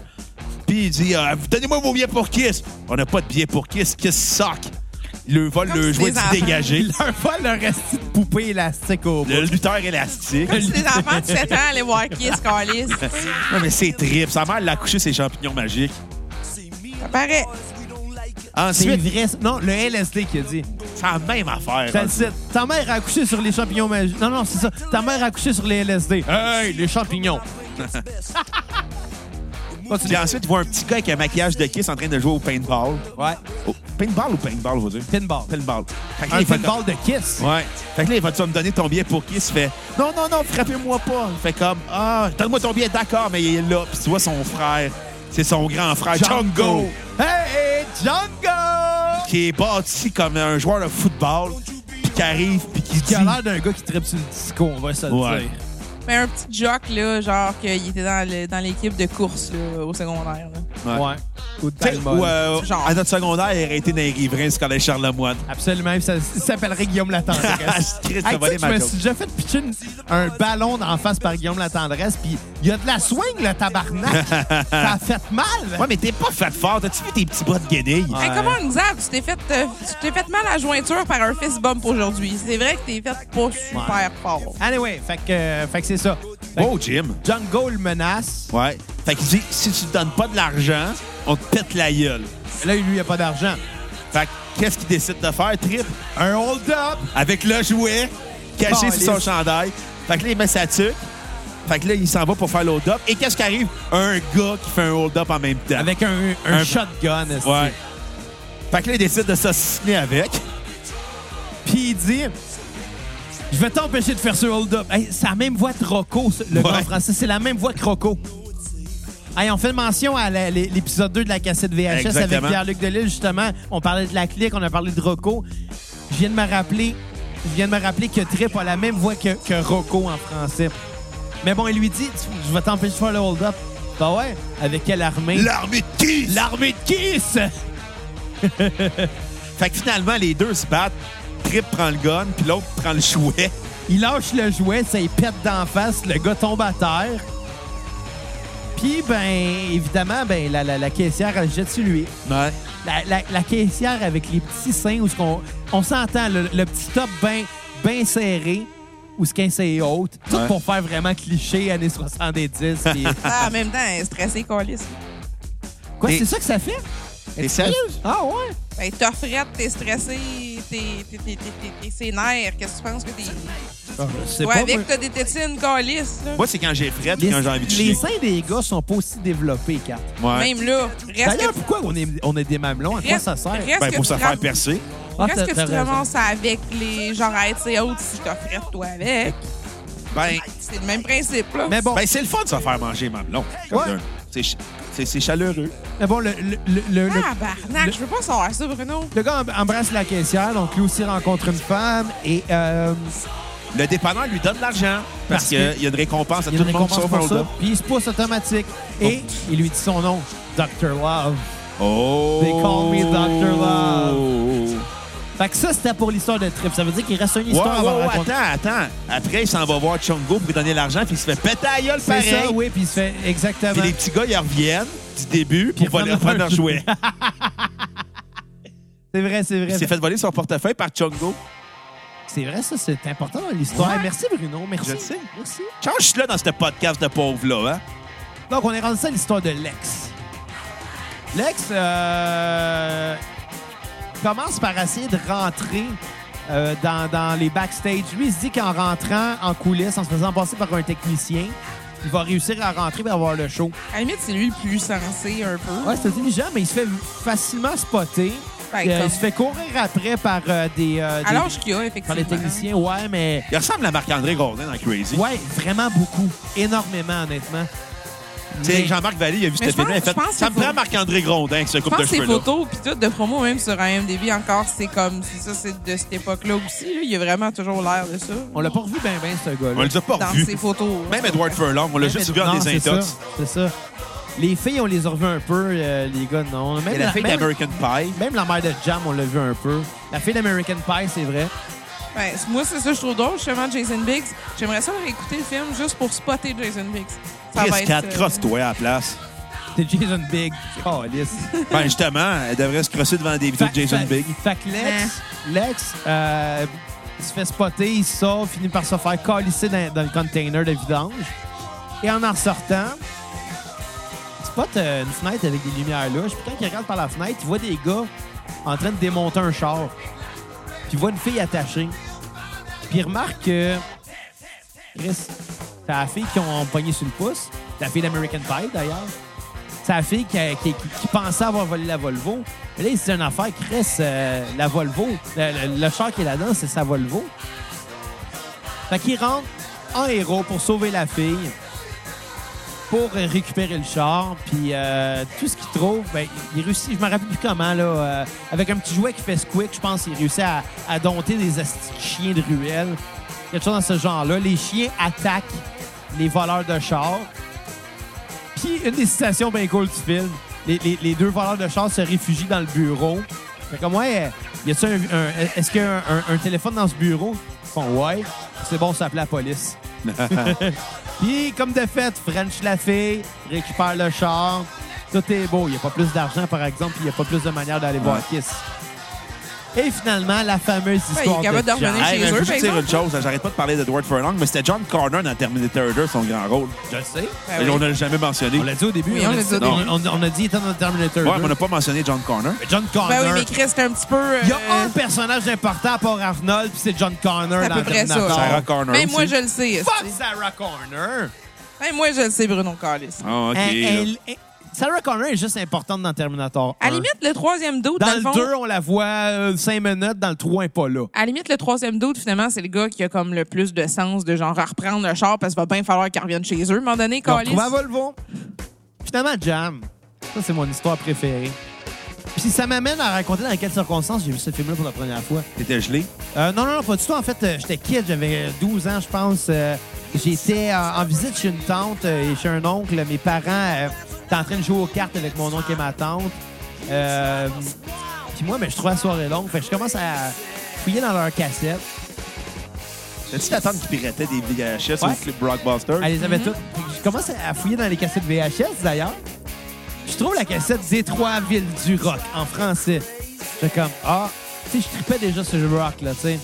Puis il dit euh, Donnez-moi vos billets pour kiss. On n'a pas de billets pour kiss. Kiss sock. Il leur vole Comme le c'est jouet des enfants. dégagé. Il leur vole leur esti de poupée élastique au bout. Le lutteur élastique. Comme si les enfants de 7 ans allaient voir Kiss Carlis. Non, mais c'est Trip. Sa mère l'a couché ses champignons magiques. Ça paraît. C'est Ensuite, vrai. Non, le LSD qui a dit. c'est la même affaire. Ça le cite. Ta mère a accouché sur les champignons magiques. Non, non, c'est ça. Ta mère a accouché sur les LSD. Hey, les champignons. Puis ensuite, tu vois un petit gars avec un maquillage de kiss en train de jouer au paintball. Ouais. Oh, paintball ou paintball, vous dire? Pinball. Paintball. Fait que là, Un il fait pinball de kiss. comme- Ouais. Fait que là, il va tu vas me donner ton billet pour kiss. Il fait non, non, non, frappez-moi pas. Il fait comme ah, donne-moi ton billet, d'accord, mais il est là. Puis tu vois son frère, c'est son grand frère, Django, Hey, Django! qui est bâti comme un joueur de football, puis qui arrive, puis qui Qui dit. a l'air d'un gars qui tripe sur le disco, on va se le Ouais. dire. Mais un petit jock, là, genre qu'il était dans le- dans l'équipe de course là, au secondaire. là. Ouais. Ouais. Ou de Tu sais, Talmud. ou, euh, Genre. à notre secondaire, il aurait été dans les riverains du collège Charlemagne. Absolument. puis ça- Il s'appellerait Guillaume Latendresse. Hey, Christ, t'as tu volé sais que je ma me joke. suis déjà fait pitcher une- un ballon en face par Guillaume Latendresse, puis il y a de la swing, le tabarnak. ça a fait mal. Ouais, mais t'es pas fait fort. T'as-tu vu tes petits bras de guenille? Ouais. Hey, comment, Xav, tu t'es fait, euh, tu t'es fait mal à la jointure par un fist bump aujourd'hui. C'est vrai que t'es fait pas super fort. Anyway, fait que, euh, fait que c'est ça. Fait que Oh, Jim. Django le menace. Ouais. Fait qu'il dit, si tu te donnes pas de l'argent, on te pète la gueule. Là, lui, il a pas d'argent. Fait que qu'est-ce qu'il décide de faire, Trip? Un hold-up. Avec le jouet caché Bon, sur son les- chandail. Fait que là, il met sa tuque. Fait que là, il s'en va pour faire l'hold-up. Et qu'est-ce qui arrive? Un gars qui fait un hold-up en même temps. Avec un, un Un- shotgun. esti. Ouais. Fait que là, il décide de s'assassiner avec. Puis il dit Je vais t'empêcher de faire ce hold-up. Hey, c'est la même voix que Rocco, ce- le Ouais. grand français. C'est la même voix que Rocco. Hey, on fait mention à la- l'é- l'épisode 2 de la cassette VHS avec Exactement. Pierre-Luc Delisle, justement. On parlait de la clique, on a parlé de Rocco. Je viens de me rappeler, je viens de me rappeler que Trip a la même voix que, que Rocco en français. Mais bon, il lui dit Tu- Je vais t'empêcher de faire le hold-up. Bah ouais, avec quelle armée L'armée de qui? L'armée de Kiss Fait que finalement, les deux se battent. Trip prend le gun, puis l'autre prend le chouet. Il lâche le jouet, ça y pète d'en face, le gars tombe à terre. Puis, ben, évidemment, ben, la, la- la caissière, elle se jette sur lui. Ouais. La, la- la caissière avec les petits seins où ce qu'on- on s'entend, le, le petit top bien ben serré, où ce qu'un c'est haute, tout Ouais. pour faire vraiment cliché années 70. puis- Ah, en même temps, elle est stressée, Colis. Quoi, T'es- c'est ça que ça fait? T'es sérieuse? Ah ouais? Ben, t'es frette, t'es stressée, t'es- t'es- t'es- t'es- t'es- t'es ses nerfs. Qu'est-ce que tu penses que t'es. Ah, je sais Toi, pas, avec, moi. t'as des tétines, Colis. là. Moi, c'est quand j'ai fret les, puis quand j'ai envie de les chier. seins des gars sont pas aussi développés, Kat. Ouais. Même là, reste D'ailleurs, que pourquoi on est, on est des mamelons? À quoi Reste- ça sert? reste- Ben, que pour tu se ram- faire percer. Ah, Qu'est-ce t'as- que tu t'as raison. commences avec les genre à être haute si je t'offrais toi avec? Ben, C'est le même principe, là. Mais bon, ben c'est le fun de se faire manger, mamelon. Ouais. Comme d'un- C'est ch- C'est c'est chaleureux. mais Ah bon le, le, le- le- le- Ah, barnac, je veux pas savoir ça, Bruno. le gars em- embrasse la caissière, donc lui aussi rencontre une femme et euh, Le dépanneur lui donne de l'argent Parce parce que- qu'il y a une récompense à il y tout a une le monde récompense sauf Oh. un pour ça. hold-up. Puis il se pousse automatique et il lui dit son nom, Dr. Love. Oh! They call me Dr. Love. Fait que ça, c'était pour l'histoire de Trip. Ça veut dire qu'il reste une Wow, histoire à wow, raconter. attends, attends. Après, il s'en va voir Chongo pour lui donner l'argent, puis il se fait péter à la gueule C'est pareil. ça, oui, puis il se fait Puis exactement. les petits gars, ils reviennent du début Puis pour voler ils reprennent leur reprendre leur jouet. C'est vrai, c'est Il vrai. s'est fait voler son portefeuille par Chongo. C'est vrai, ça, c'est important dans l'histoire. Ouais. Merci, Bruno. Merci. Je le sais. Merci. Change là dans ce podcast de pauvre-là, hein? Donc, on est rendu ça à l'histoire de Lex. Lex euh, commence par essayer de rentrer euh, dans, dans les backstage. Lui, il se dit qu'en rentrant en coulisses, en se faisant passer par un technicien, il va réussir à rentrer et avoir le show. À la limite, c'est lui le plus sensé, un peu. Ouais, c'est intelligent, mais il se fait facilement spotter. Ben, Euh, comme- Il se fait courir après par euh, des, euh, des- Alors, je qu'il y a, effectivement. par les techniciens. Ouais, mais Il ressemble à Marc-André Gordon dans Crazy. ouais, vraiment beaucoup. Énormément, honnêtement. Tu sais, Mais- Jean-Marc Vallée, il a vu Mais cette je pense- film-là, il a fait je pense que Ça c'est me faux. prend Marc-André Grondin avec ce Je couple pense de que ces cheveux-là. photos puis tout de promo, même sur IMDb encore, c'est comme, c'est ça, c'est de cette époque-là aussi. Là. Il a vraiment toujours l'air de ça. On l'a pas revu bien, bien, ce gars-là. On les a pas Dans revus. ses photos. Même Edward Furlong, on l'a Même juste Ed- vu en non, des c'est intox. ça, C'est ça. Les filles, on les a revues un peu, euh, les gars, non. Et Même la fille même- d'American Pie. même la mère de Jam, on l'a vu un peu. La fille d'American Pie, c'est vrai. Ben, c- moi, c'est ça que je trouve drôle, justement, Jason Biggs. J'aimerais ça réécouter le film juste pour spotter Jason Biggs. Ça Chris Cat, euh, crosse-toi à la place. C'est Jason Big. Oh, lisse. Ben justement, elle devrait se crosser devant des vidéos de Fait- Jason fait- Big. Fait que Lex, Lex euh, il se fait spotter, il sort, finit par se faire calisser dans, dans le container de vidange. Et en en ressortant, il spot euh, une fenêtre avec des lumières louches. Puis quand il regarde par la fenêtre, il voit des gars en train de démonter un char. Puis il voit une fille attachée. Puis il remarque que Chris, c'est la fille qui ont pogné sur le pouce. La fille d'American Pie, d'ailleurs. C'est la fille qui, a- qui- qui- qui pensait avoir volé la Volvo. Mais là, il se dit une affaire, Chris, euh, la Volvo, le, le- le char qui est là-dedans, c'est sa Volvo. Fait qu'il rentre en héros pour sauver la fille, pour récupérer le char, puis euh, tout ce qu'il trouve, ben, il réussit, je me rappelle plus comment, là, euh, avec un petit jouet qui fait squick, je pense, il réussit à, à dompter des asti de chiens de ruelle, quelque chose dans ce genre-là. Les chiens attaquent les voleurs de chars. Puis une des citations bien cool du film, les, les- les deux voleurs de char se réfugient dans le bureau. Fait comme, ouais, y a-tu un, un- est-ce qu'il y a un, un- un téléphone dans ce bureau? Ils font, ouais. C'est bon, ça appelle la police. Puis, comme de fait, French la fille, récupère le char. Tout est beau. Il n'y a pas plus d'argent, par exemple, puis il n'y a pas plus de manière d'aller voir Kiss. Et finalement, la fameuse il est histoire capable de de Jack. revenir chez Hey, mais je eux, veux par juste dire exemple. une chose, j'arrête pas de parler d'Edward Furlong, mais c'était John Connor dans Terminator 2, son grand rôle. Je le sais. ben Et oui. On ne l'a jamais mentionné. On l'a dit au début. Oui, on l'a dit au on- début. on- on a dit, étant dans Terminator Ouais, 2. mais on n'a pas mentionné John Connor. John Connor. Ben oui, mais Chris, c'est un petit peu. Il y a euh, un personnage important à part Arnold, puis c'est John Connor C'est à dans peu près ça. Terminator. Sarah Connor. Même moi, aussi. je le sais. esti. Fuck Sarah Connor! Même moi, je le sais, Bruno Carlis. Ah, Elle- OK. là. elle- elle- Sarah Connor est juste importante dans Terminator 1. À la limite, le troisième doute, dans, dans le le fond. 2, on la voit 5 minutes, dans le 3, elle n'est pas là. À la limite, le troisième doute, finalement, c'est le gars qui a comme le plus de sens de genre à reprendre le char parce qu'il va bien falloir qu'il revienne chez eux, à un moment donné, On Carlis. retrouve à Volvo. Finalement, Jam. Ça, c'est mon histoire préférée. Puis ça m'amène à raconter dans quelles circonstances j'ai vu ce film-là pour la première fois. T'étais gelé? Euh, non, non, non, pas du tout. En fait, euh, j'étais kid, j'avais euh, 12 ans, je pense. Euh, J'étais en, en visite chez une tante euh, et chez un oncle. Mes parents euh, étaient en train de jouer aux cartes avec mon oncle et ma tante. Euh, puis moi, ben, je trouvais la soirée longue. Fait que je commence à fouiller dans leurs cassettes. T'as-tu ta tante qui piratait des VHS Ouais. ou clip Blockbuster? Elle les avait toutes. Fait que Je commence à fouiller dans les cassettes VHS, d'ailleurs. Je trouve la cassette des trois villes du rock en français. J'étais comme, ah, tu sais, je tripais déjà ce rock-là, tu sais.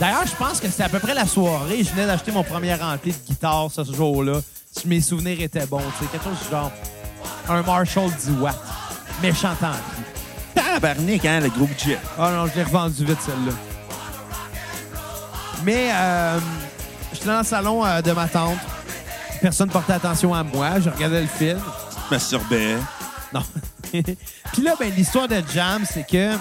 D'ailleurs, je pense que c'était à peu près la soirée. Je venais d'acheter mon premier ampli de guitare ce jour-là. Si mes souvenirs étaient bons, tu sais, quelque chose du genre un Marshall 10 watts. Méchant ampli. Tabarnak, hein, le gros budget. Ah non, je l'ai revendu vite, celle-là. Mais euh, j'étais dans le salon euh, de ma tante. Personne portait attention à moi. Je regardais le film. Masturbait. Non. Puis là, ben, l'histoire de Jam, c'est que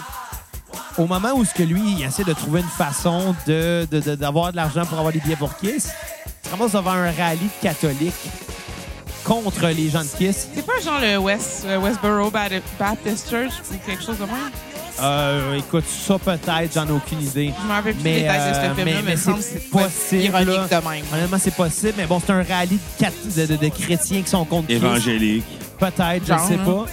au moment où ce que lui, il essaie de trouver une façon de, de- de- d'avoir de l'argent pour avoir des billets pour Kiss, il se ramasse devant un rallye de catholiques contre les gens de Kiss. C'est pas genre le West, euh, Westboro Bad- Baptist Church ou quelque chose de même? Euh, écoute, ça peut-être, j'en ai aucune idée. Je me rappelle plus les détails de ce euh, film-là, mais il me semble que c'est c'est possible. ironique là. de même. Honnêtement, c'est possible, mais bon, c'est un rallye de, cat- de- de- de chrétiens qui sont contre Christ. Évangélique. Peut-être, je Genre, sais hein. pas.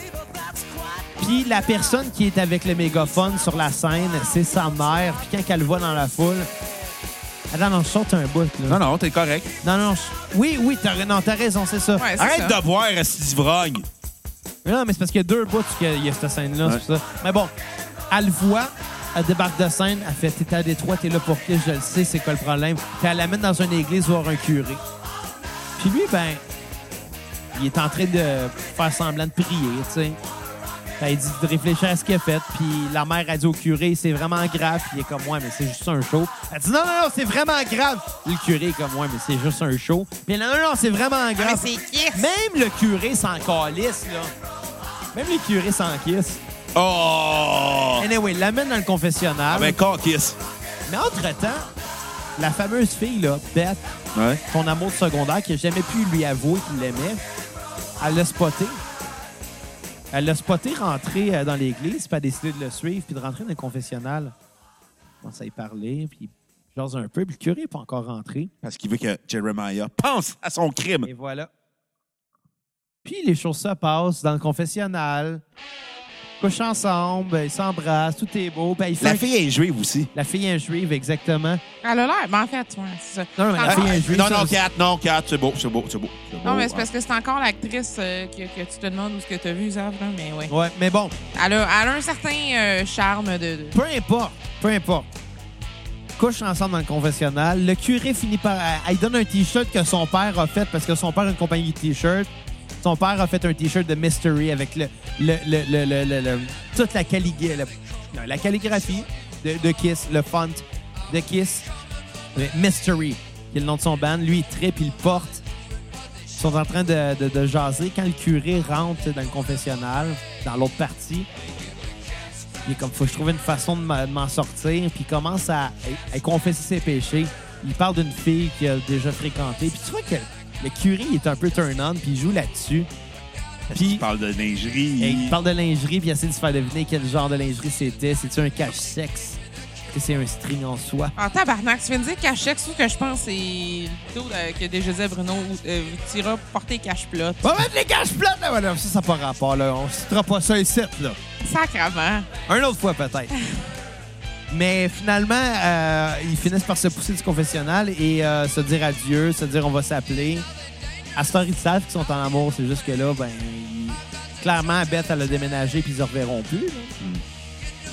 Puis la personne qui est avec le mégaphone sur la scène, c'est sa mère. Puis quand elle le voit dans la foule... Attends, non, je saute un bout, là. Non, non, t'es correct. Non, non, je- oui, oui, t'as non, t'as raison, c'est ça. Ouais, c'est Arrête ça. de boire, Asti d'ivrogne. Mais Non, mais c'est parce qu'il y a deux bouts qu'il y a cette scène-là, c'est pour ça. Mais bon, elle le voit, elle débarque de scène, elle fait T'es à Détroit, t'es là pour qui Je le sais, c'est quoi le problème. Puis elle l'amène dans une église voir un curé. Puis lui, ben, il est en train de faire semblant de prier, tu sais. Fait, il dit de réfléchir à ce qu'il a fait, puis la mère a dit au curé c'est vraiment grave, puis il est comme ouais, mais c'est juste un show. Elle dit non, non, non, c'est vraiment grave. Le curé est comme ouais, mais c'est juste un show. Puis non, non, non, c'est vraiment grave. Ah, mais c'est Kiss! Même le curé s'en calisse, là. Même les curés s'en kiss. Oh! Anyway, il l'amène dans le confessionnal. Avec Corkis. Mais entre-temps, la fameuse fille, là, Beth, Ouais. son amour de secondaire, qui n'a jamais pu lui avouer qu'il l'aimait, elle l'a spoté. Elle l'a spoté rentrer euh, dans l'église, puis elle a décidé de le suivre, puis de rentrer dans le confessionnal. Elle commence à y parler, puis il jase un peu, puis le curé n'est pas encore rentré. Parce qu'il veut que Jeremiah pense à son crime. Et voilà. Puis les choses se passent dans le confessionnal. Ils couchent ensemble, ils s'embrassent, tout est beau. Ben, ils La font- fille est juive aussi. La fille est juive, exactement. Elle a l'air. Ben, en fait, ouais, c'est ça. Non, mais la Ah, fille ouais. est juive. non, ça, non, c'est- 4, non, 4, c'est beau, c'est beau, c'est beau. c'est Non, beau. mais c'est parce que c'est encore l'actrice euh, que, que tu te demandes où ce que tu as vu, Zav, là, mais ouais. Ouais, mais bon, Elle a, elle a un certain euh, charme de. de- peu importe, peu importe. Ils Couchent ensemble dans le confessionnal. Le curé finit par. à- à- Il donne un T-shirt que son père a fait parce que son père a une compagnie de T-shirts. Son père a fait un T-shirt de Mystery avec le, le, le, le, le- le- le- toute la, calligra- la- la calligraphie de, de Kiss, le font de Kiss. Mais Mystery, qui est le nom de son band. Lui, il tripe, il le porte. Ils sont en train de, de- de jaser. Quand le curé rentre dans le confessionnal, dans l'autre partie, il est comme, faut que je trouve une façon de m'a- de m'en sortir. Puis il commence à, à confesser ses péchés. Il parle d'une fille qu'il a déjà fréquentée. Puis tu vois que le curé, il est un peu turn-on, puis il joue là-dessus. Puis Il parle de lingerie. et il parle de lingerie, puis il essaie de se faire deviner quel genre de lingerie c'était. C'est-tu un cache-sexe? Est-ce que c'est un string en soie? En Ah, tabarnak, tu viens de dire cache-chèque, sauf que je pense que c'est le taux de- que déjà disait Bruno, euh, tira porter cache-plot. On va mettre les caches plates, là, madame. Ça, ça n'a pas rapport, là. On citera pas ça ici, là. Sacrement. Un autre fois, peut-être. Mais finalement, euh, ils finissent par se pousser du confessionnal et euh, se dire adieu, se dire on va s'appeler. À cette heure, ils savent qu'ils sont en amour. C'est juste que là, ben, ils- clairement, Beth, elle a déménagé puis ils se reverront plus. là.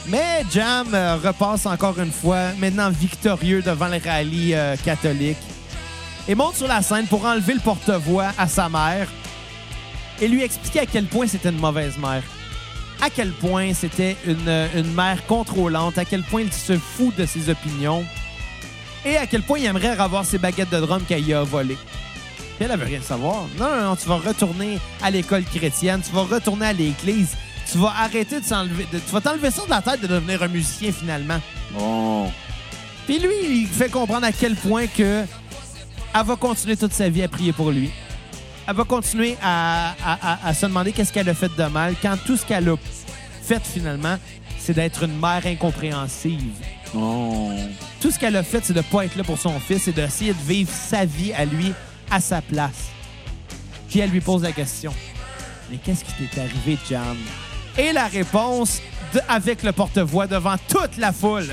Mais Jam euh, repasse encore une fois, maintenant victorieux devant le rallye euh, catholique, et monte sur la scène pour enlever le porte-voix à sa mère et lui expliquer à quel point c'était une mauvaise mère à quel point c'était une, une mère contrôlante, à quel point il se fout de ses opinions et à quel point il aimerait avoir ses baguettes de drum qu'elle y a volées. Puis Elle veut rien savoir. Non, non, non, tu vas retourner à l'école chrétienne, tu vas retourner à l'église, tu vas arrêter de s'enlever, de- tu vas t'enlever ça de la tête de devenir un musicien finalement. Bon. Puis lui, il fait comprendre à quel point que elle va continuer toute sa vie à prier pour lui. elle va continuer à, à- à- à se demander qu'est-ce qu'elle a fait de mal quand tout ce qu'elle a fait finalement, c'est d'être une mère incompréhensive. Oh. Tout ce qu'elle a fait, c'est de pas être là pour son fils et d'essayer de vivre sa vie à lui, à sa place. Puis elle lui pose la question Mais qu'est-ce qui t'est arrivé, John Et la réponse, de- avec le porte-voix devant toute la foule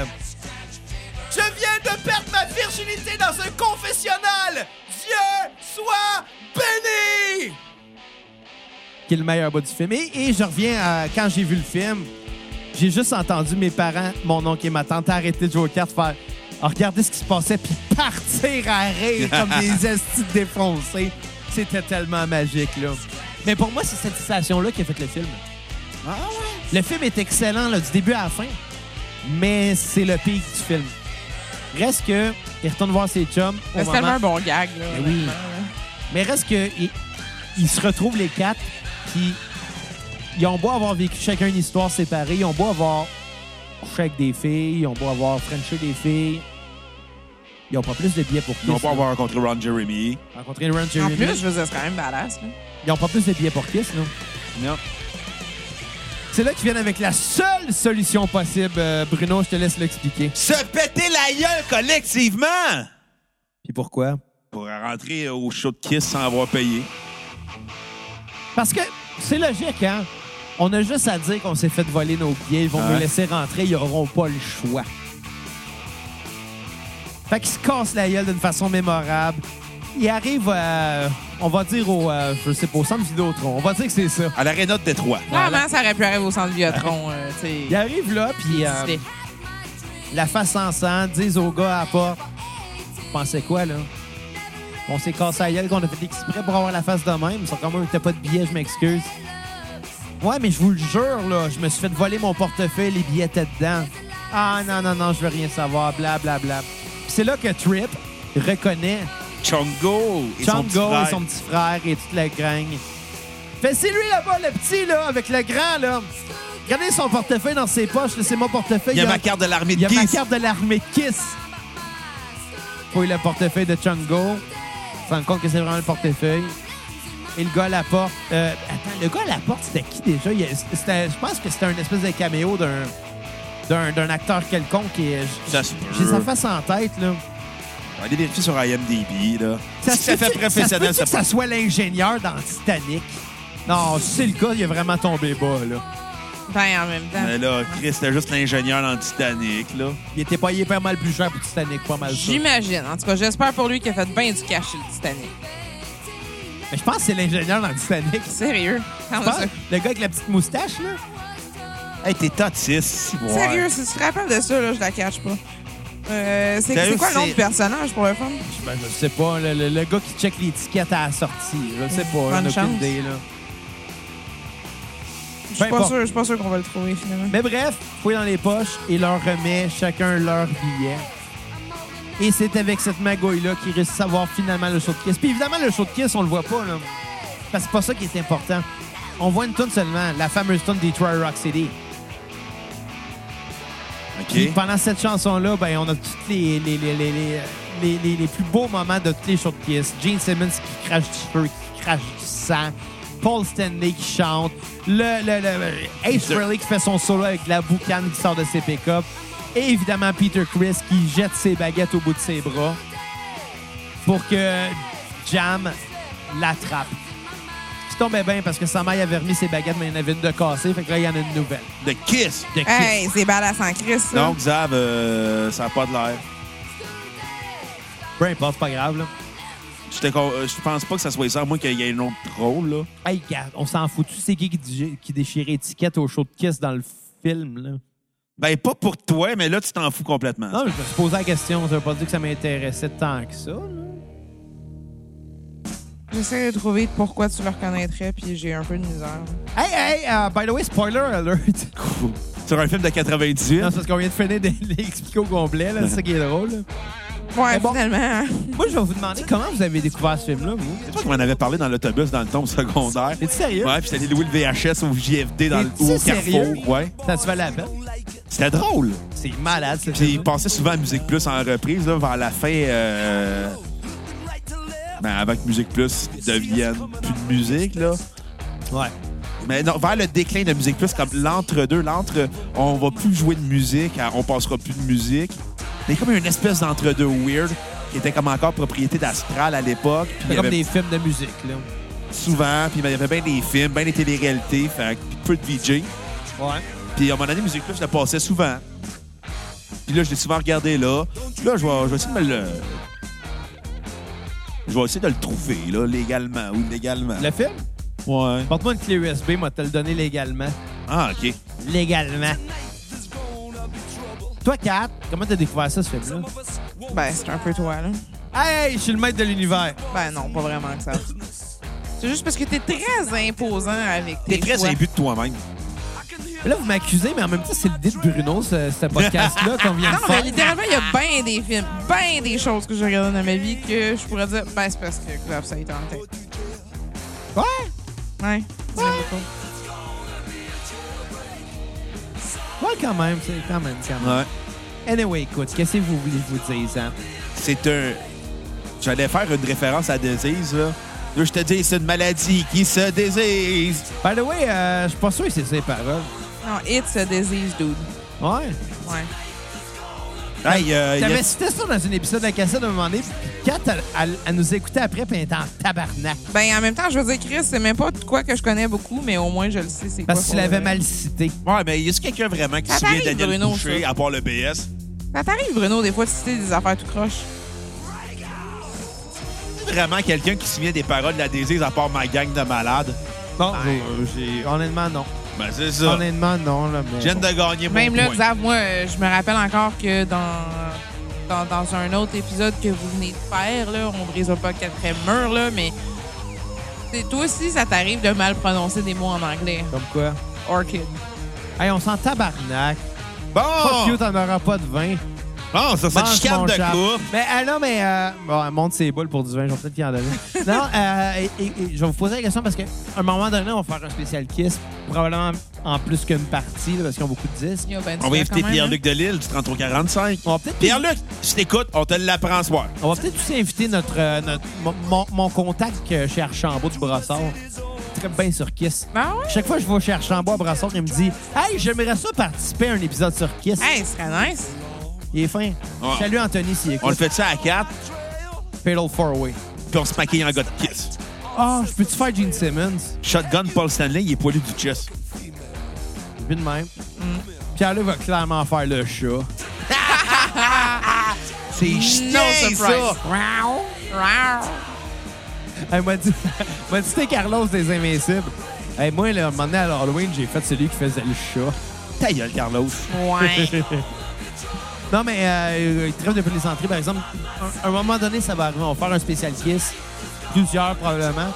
Je viens de perdre ma virginité dans un confessionnal Dieu soit béni Qui est le meilleur bout du film. Et, et je reviens à quand j'ai vu le film. J'ai juste entendu mes parents, mon oncle et ma tante arrêter de jouer aux cartes, faire Ah, Regardez ce qui se passait, puis partir à rire comme des estis défoncés. C'était tellement magique, là. Mais pour moi, c'est cette sensation-là qui a fait le film. Ah ouais. Le film est excellent, là, du début à la fin, mais c'est le pic du film. Reste que, il retourne voir ses chums. au C'est moment- tellement un bon gag. Là, Ben oui. Mais reste que ils, ils se retrouvent les quatre, puis ils ont beau avoir vécu chacun une histoire séparée, ils ont beau avoir couché avec des filles, ils ont beau avoir frenché des filles, ils ont pas plus de billets pour Kiss. Ils vont là. pas avoir rencontré Ron Jeremy. rencontré Ron En Jeremy. plus, je veux dire, c'est quand même badass. là. Ils ont pas plus de billets pour Kiss, non? Non. C'est là qu'ils viennent avec la seule solution possible, euh, Bruno, je te laisse l'expliquer. Se péter la gueule collectivement! Puis pourquoi? Pour rentrer au show de Kiss sans avoir payé. Parce que c'est logique, hein? On a juste à dire qu'on s'est fait voler nos billets. Ils vont Ouais. nous laisser rentrer. Ils n'auront pas le choix. Fait qu'ils se cassent la gueule d'une façon mémorable. Ils arrivent, euh, on va dire, au, euh, je sais pas, au centre Vidéotron. On va dire que c'est ça. À l'aréna de Détroit. Clairement, ça aurait pu arriver au centre Viotron. euh, tu sais. Ils arrivent là, puis euh, C'était- la face en sang, disent aux gars à la porte, « Pensez quoi, là? On s'est cassé la gueule qu'on a fait exprès pour avoir la face de même. Ils sont comme, t'as pas de billets, je m'excuse. Ouais, mais je vous le jure, là, je me suis fait voler mon portefeuille, les billets étaient dedans. Ah non, non, non, je veux rien savoir, bla, bla, bla. Puis C'est là que Trip reconnaît Chongo et son petit Django frère. et son petit frère et toute la gragne. Fait c'est lui là-bas, le petit, là, avec le grand, là. Regardez son portefeuille dans ses poches, là, c'est mon portefeuille. Il y a Il y a- ma carte de l'armée il y de a ma Kiss. carte de l'armée Kiss. Fouille le portefeuille de Chungo. Se rend compte que c'est vraiment le portefeuille. Et le gars à la porte. euh, attends, le gars à la porte, c'était qui déjà? Il y a- c'était- Je pense que c'était un espèce de caméo d'un d'un d'un acteur quelconque. et euh, j- Ça se peut. J'ai sa face en tête, là. Allez vérifier sur IMDb, là. Ça, Si ça fait professionnel, ça, ça que ça soit l'ingénieur dans Titanic. Non, si c'est le gars, il est vraiment tombé bas, là. Ben, en même temps. Mais là, Chris, c'était juste l'ingénieur dans le Titanic, là. Il était payé pas mal plus cher pour Titanic, pas mal sûr. J'imagine. En tout cas, j'espère pour lui qu'il a fait bien du cash chez le Titanic. Mais je pense que c'est l'ingénieur dans Titanic. Sérieux? Non, Pas- mais ça- le gars avec la petite moustache, là? Hey, t'es totis, si bon. Sérieux, si tu te rappelles de ça, là, je la cache pas. Euh, c'est Sérieux, c'est quoi le nom c'est- du personnage pour le fun? Ben, je sais pas. Le, le- le gars qui check l'étiquette à la sortie. Je sais pas. j'en ai Bonne aucune chance. idée, là. Je Peu suis pas importe. sûr, je suis pas sûr qu'on va le trouver finalement. Mais bref, fouille dans les poches et leur remet chacun leur billet. Et c'est avec cette magouille-là qu'ils réussissent à voir finalement le show de kiss. Puis évidemment, le show de kiss, on le voit pas, là. Parce que c'est pas ça qui est important. On voit une tune seulement, la fameuse tune Detroit Rock City. Puis OK. pendant cette chanson-là, ben, on a tous les, les, les, les, les, les- les- les plus beaux moments de tous les shows de Kiss. Gene Simmons qui crache du feu, qui crache du sang. Paul Stanley qui chante. Le, le, le- Ace Le- Frehley qui fait son solo avec la boucane qui sort de ses pick-up. Et évidemment, Peter Chris qui jette ses baguettes au bout de ses bras pour que Jam l'attrape. Qui tombait bien parce que sa mère avait remis ses baguettes, mais il y en avait une de cassée. Fait que là, il y en a une nouvelle. De Kiss. De Kiss. Hey, c'est badass en Christ, ça. Donc, Zav, euh, ça n'a pas de l'air. Peu importe, c'est pas grave, là. Je te con- euh, je pense pas que ça soit ça, moi, qu'il y ait un autre rôle, là. Hey, gars, on s'en fout. Tu sais qui, qui digi- qui déchirait étiquette au show de Kiss dans le film, là? Ben, pas pour toi, mais là, tu t'en fous complètement. Non, mais je me suis posé la question. Ça veut pas dire que ça m'intéressait tant que ça, là. J'essaie de trouver pourquoi tu le reconnaîtrais, puis j'ai un peu de misère. Hey, hey, euh, by the way, spoiler alert. Sur un film de 98. non, c'est parce qu'on vient de finir de l'expliquer au complet, là. C'est ça qui est drôle, là. Ouais, bon. finalement. hein. Moi, je vais vous demander comment vous avez découvert ce film-là, vous. Je crois qu'on en avait parlé dans l'autobus dans le tombe secondaire. T'es-tu sérieux? Ouais, puis j'étais allé louer le VHS au JFD dans le T'es-tu au sérieux? Carrefour. Ouais. Ça te valait la peine? C'était drôle. C'est malade, ce Puis il film passait souvent à Musique Plus en reprise, là, vers la fin. euh, Ben, avant que Musique Plus devienne plus de musique, là. Ouais. Mais non, vers le déclin de Musique Plus, comme l'entre-deux, l'entre, on va plus jouer de musique, à- on passera plus de musique. Mais comme une espèce d'entre-deux weird qui était comme encore propriété d'Astral à l'époque. Puis il C'est y comme avait des films de musique, là. souvent, puis il y avait bien des films, bien des téléréalités, fait que peu de VJ. Ouais. Puis à un moment donné, Musique Plus, je le passais souvent. Puis là, je l'ai souvent regardé là. Puis là, je vais, je vais essayer de me le. Je vais essayer de le trouver, là, légalement ou illégalement. Le film? Ouais. Porte-moi une clé USB, moi, te le donner légalement. Ah, OK. Légalement. Toi, Kat, comment t'as découvert ça, ce film-là? Ben, c'est un peu toi, là. Hey, je suis le maître de l'univers. Ben non, pas vraiment que ça. C'est juste parce que t'es très imposant avec tes T'es très choix. imbu de toi-même. Là, vous m'accusez, mais en même temps, c'est le dit de Bruno, ce, ce podcast-là qu'on vient de Non, mais faire. littéralement, il y a bien des films, bien des choses que j'ai regardées dans ma vie que je pourrais dire, ben, c'est parce que Club, ça a été en tête. Ouais. Ouais. Ouais, quand même, c'est quand même, quand même. Ouais. Anyway, écoute, qu'est-ce que vous voulez que je vous dise, hein? C'est un. J'allais faire une référence à Disease, là. Là, je te dis, c'est une maladie qui se désise. By the way, euh, je suis pas sûr que c'est ses paroles. Non, It's a Disease, dude. Ouais. Ouais. Hey, euh, il y a- T'avais cité ça dans un épisode de la cassette à un moment donné, puis Kat, elle, elle- elle nous écoutait après, puis elle était en tabarnak. Ben, en même temps, je veux dire, Chris, c'est même pas de quoi que je connais beaucoup, mais au moins, je le sais, c'est Parce quoi, que tu pour l'avais vrai. mal cité. Ouais, mais y a-tu quelqu'un vraiment qui Ça se souvient de t'arrive, Daniel Bruno, Boucher, ça. à part le BS? euh, Ça t'arrive, Bruno, des fois, de citer des affaires tout croche. Y a Vraiment quelqu'un qui se souvient des paroles de la Disease, à part ma gang de malades? Non, Ben, j'ai- honnêtement, non. Ben, c'est ça. Honnêtement, non. Là, mais... Je viens de gagner mon Même là, point. Xav, moi, euh, je me rappelle encore que dans, dans, dans un autre épisode que vous venez de faire, là, on brise pas quatrième mur, là, mais c'est- toi aussi, ça t'arrive de mal prononcer des mots en anglais. Comme quoi? Orchid. Hey, on s'en tabarnak. Fuck you, Bon! t'en auras pas de vin. Bon, ça, c'est une Mange chicane mon Bah, de chat. couple. Mais ah non, mais... euh, Bon, elle monte ses boules pour du vin, je vais peut-être y en donner. non, euh, et- et- et je vais vous poser la question parce qu'à un moment donné, on va faire un spécial kiss, probablement en plus qu'une partie, là, parce qu'ils ont beaucoup de disques. Il y a ben du On va temps inviter quand même, Pierre-Luc de Lille du 3345. On va peut-être... Pierre-Luc, si t'écoutes, on te l'apprend ce soir. On va peut-être aussi inviter notre, euh, notre- mon- mon, mon contact euh, chez Archambault du Brassard. Très bien sur Kiss. hein. Ben ouais. Chaque fois que je vais chez Archambault à Brassard, il me dit Hey, j'aimerais ça participer à un épisode sur Kiss. Hey, ce serait nice. Il est fin. Salut Anthony s'il On le écoute. fait ça à 4, Fatal Four Way. puis on se maquille en gars de kiss. Ah, je peux-tu faire Gene Simmons Shotgun Paul Stanley, il est poilu du chest. Vu de même. Pierre-Luc va clairement faire le chat. C'est No chien, ça! surprise. Rar. Elle m'a dit, elle m'a dit c'était Carlos des Invincibles. Hey, moi, là, un moment donné, à Halloween, j'ai fait celui qui faisait le chat. Ta gueule, Carlos. Ouais. Non, mais euh, il trêve de les entrées, par exemple. À un moment donné, ça va arriver. On va faire un spécial kiss. Plusieurs, probablement.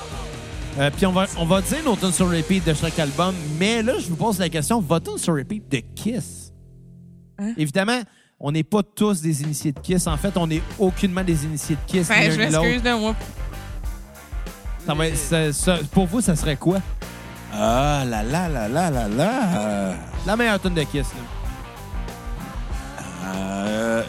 Euh, puis on va, on va dire nos tunes sur repeat de chaque album. Mais là, je vous pose la question, va t sur repeat de Kiss? Hein? Évidemment, on n'est pas tous des initiés de Kiss. En fait, on n'est aucunement des initiés de Kiss. ni Ben, un je ni l'autre. m'excuse de moi. Ça va être- ça- ça- pour vous, ça serait quoi? Ah là là là là là là. La meilleure tune de Kiss. là. Euh,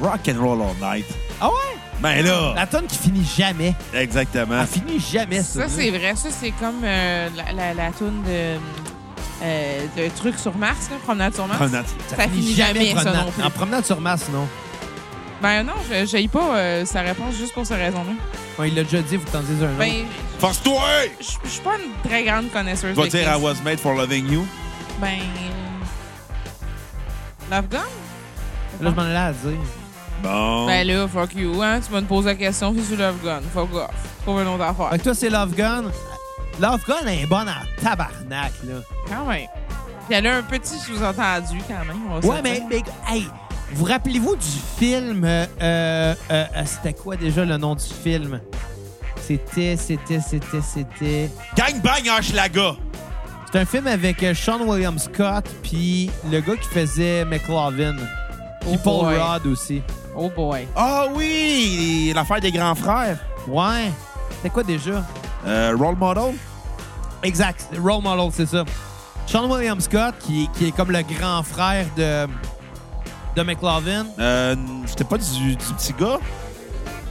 rock and roll all night. Ah ouais? Ben là, La tune qui finit jamais. exactement. Elle finit jamais, ça. Ça, c'est vrai. Ça, c'est comme euh, la, la, la toune de, euh, de Truc sur Mars, là, Promenade sur Mars. Promenade. Ça, finit jamais, ça promenade- non plus. En promenade sur Mars, non. Ben non, je j'ai pas euh, sa réponse juste pour cette raison-là. Ouais, il l'a déjà dit, vous t'en disiez un autre. Ben, Force-toi! je je suis pas une très grande connaisseuse. Tu vas de dire I Kiss. was made for loving you. Ben. Love Gun? Là, je m'en allais à dire. Bon. Ben là, fuck you, hein. Tu vas me poser la question, c'est sur Love Gun. Fuck off. Trouve une autre affaire. Fait que Ah, toi, c'est Love Gun. Love Gun elle est bonne en tabarnak, là. Quand même. Puis elle a un petit sous-entendu, quand même. on va se Ouais, le mais, dire. mais, hey, vous rappelez-vous du film... euh, euh, euh, euh, c'était quoi déjà le nom du film? C'était, c'était, c'était, c'était... Gang bang Hochelaga. C'est un film avec euh, Sean William Scott puis le gars qui faisait McLovin. Puis Oh Paul boy. Rudd aussi. Oh boy. Ah oui, l'affaire des grands frères. Ouais. C'était quoi déjà? Euh, role model. Exact. Role model, c'est ça. Sean William Scott, qui, qui est comme le grand frère de, de McLovin. Euh, c'était pas du, du petit gars.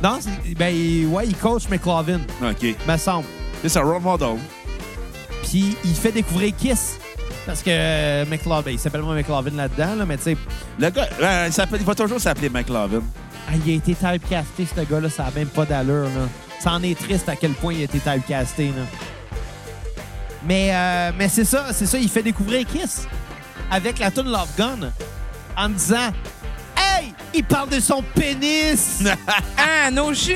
Non, c'est- ben, il- ouais, il coach McLovin, OK. me semble. C'est un role model. Puis il fait découvrir Kiss. Parce que euh, McLovin, il s'appelle moi McLovin là-dedans, là, mais tu sais, Le gars, euh, il s'appelle- il va toujours s'appeler McLovin. ah, il a été typecasté, ce gars-là, ça n'a même pas d'allure. là. Ça en est triste à quel point il a été typecasté. Là. Mais, euh, mais c'est ça, c'est ça, il fait découvrir Kiss avec la tune Love Gun en disant Hey, il parle de son pénis! Ah, no shit!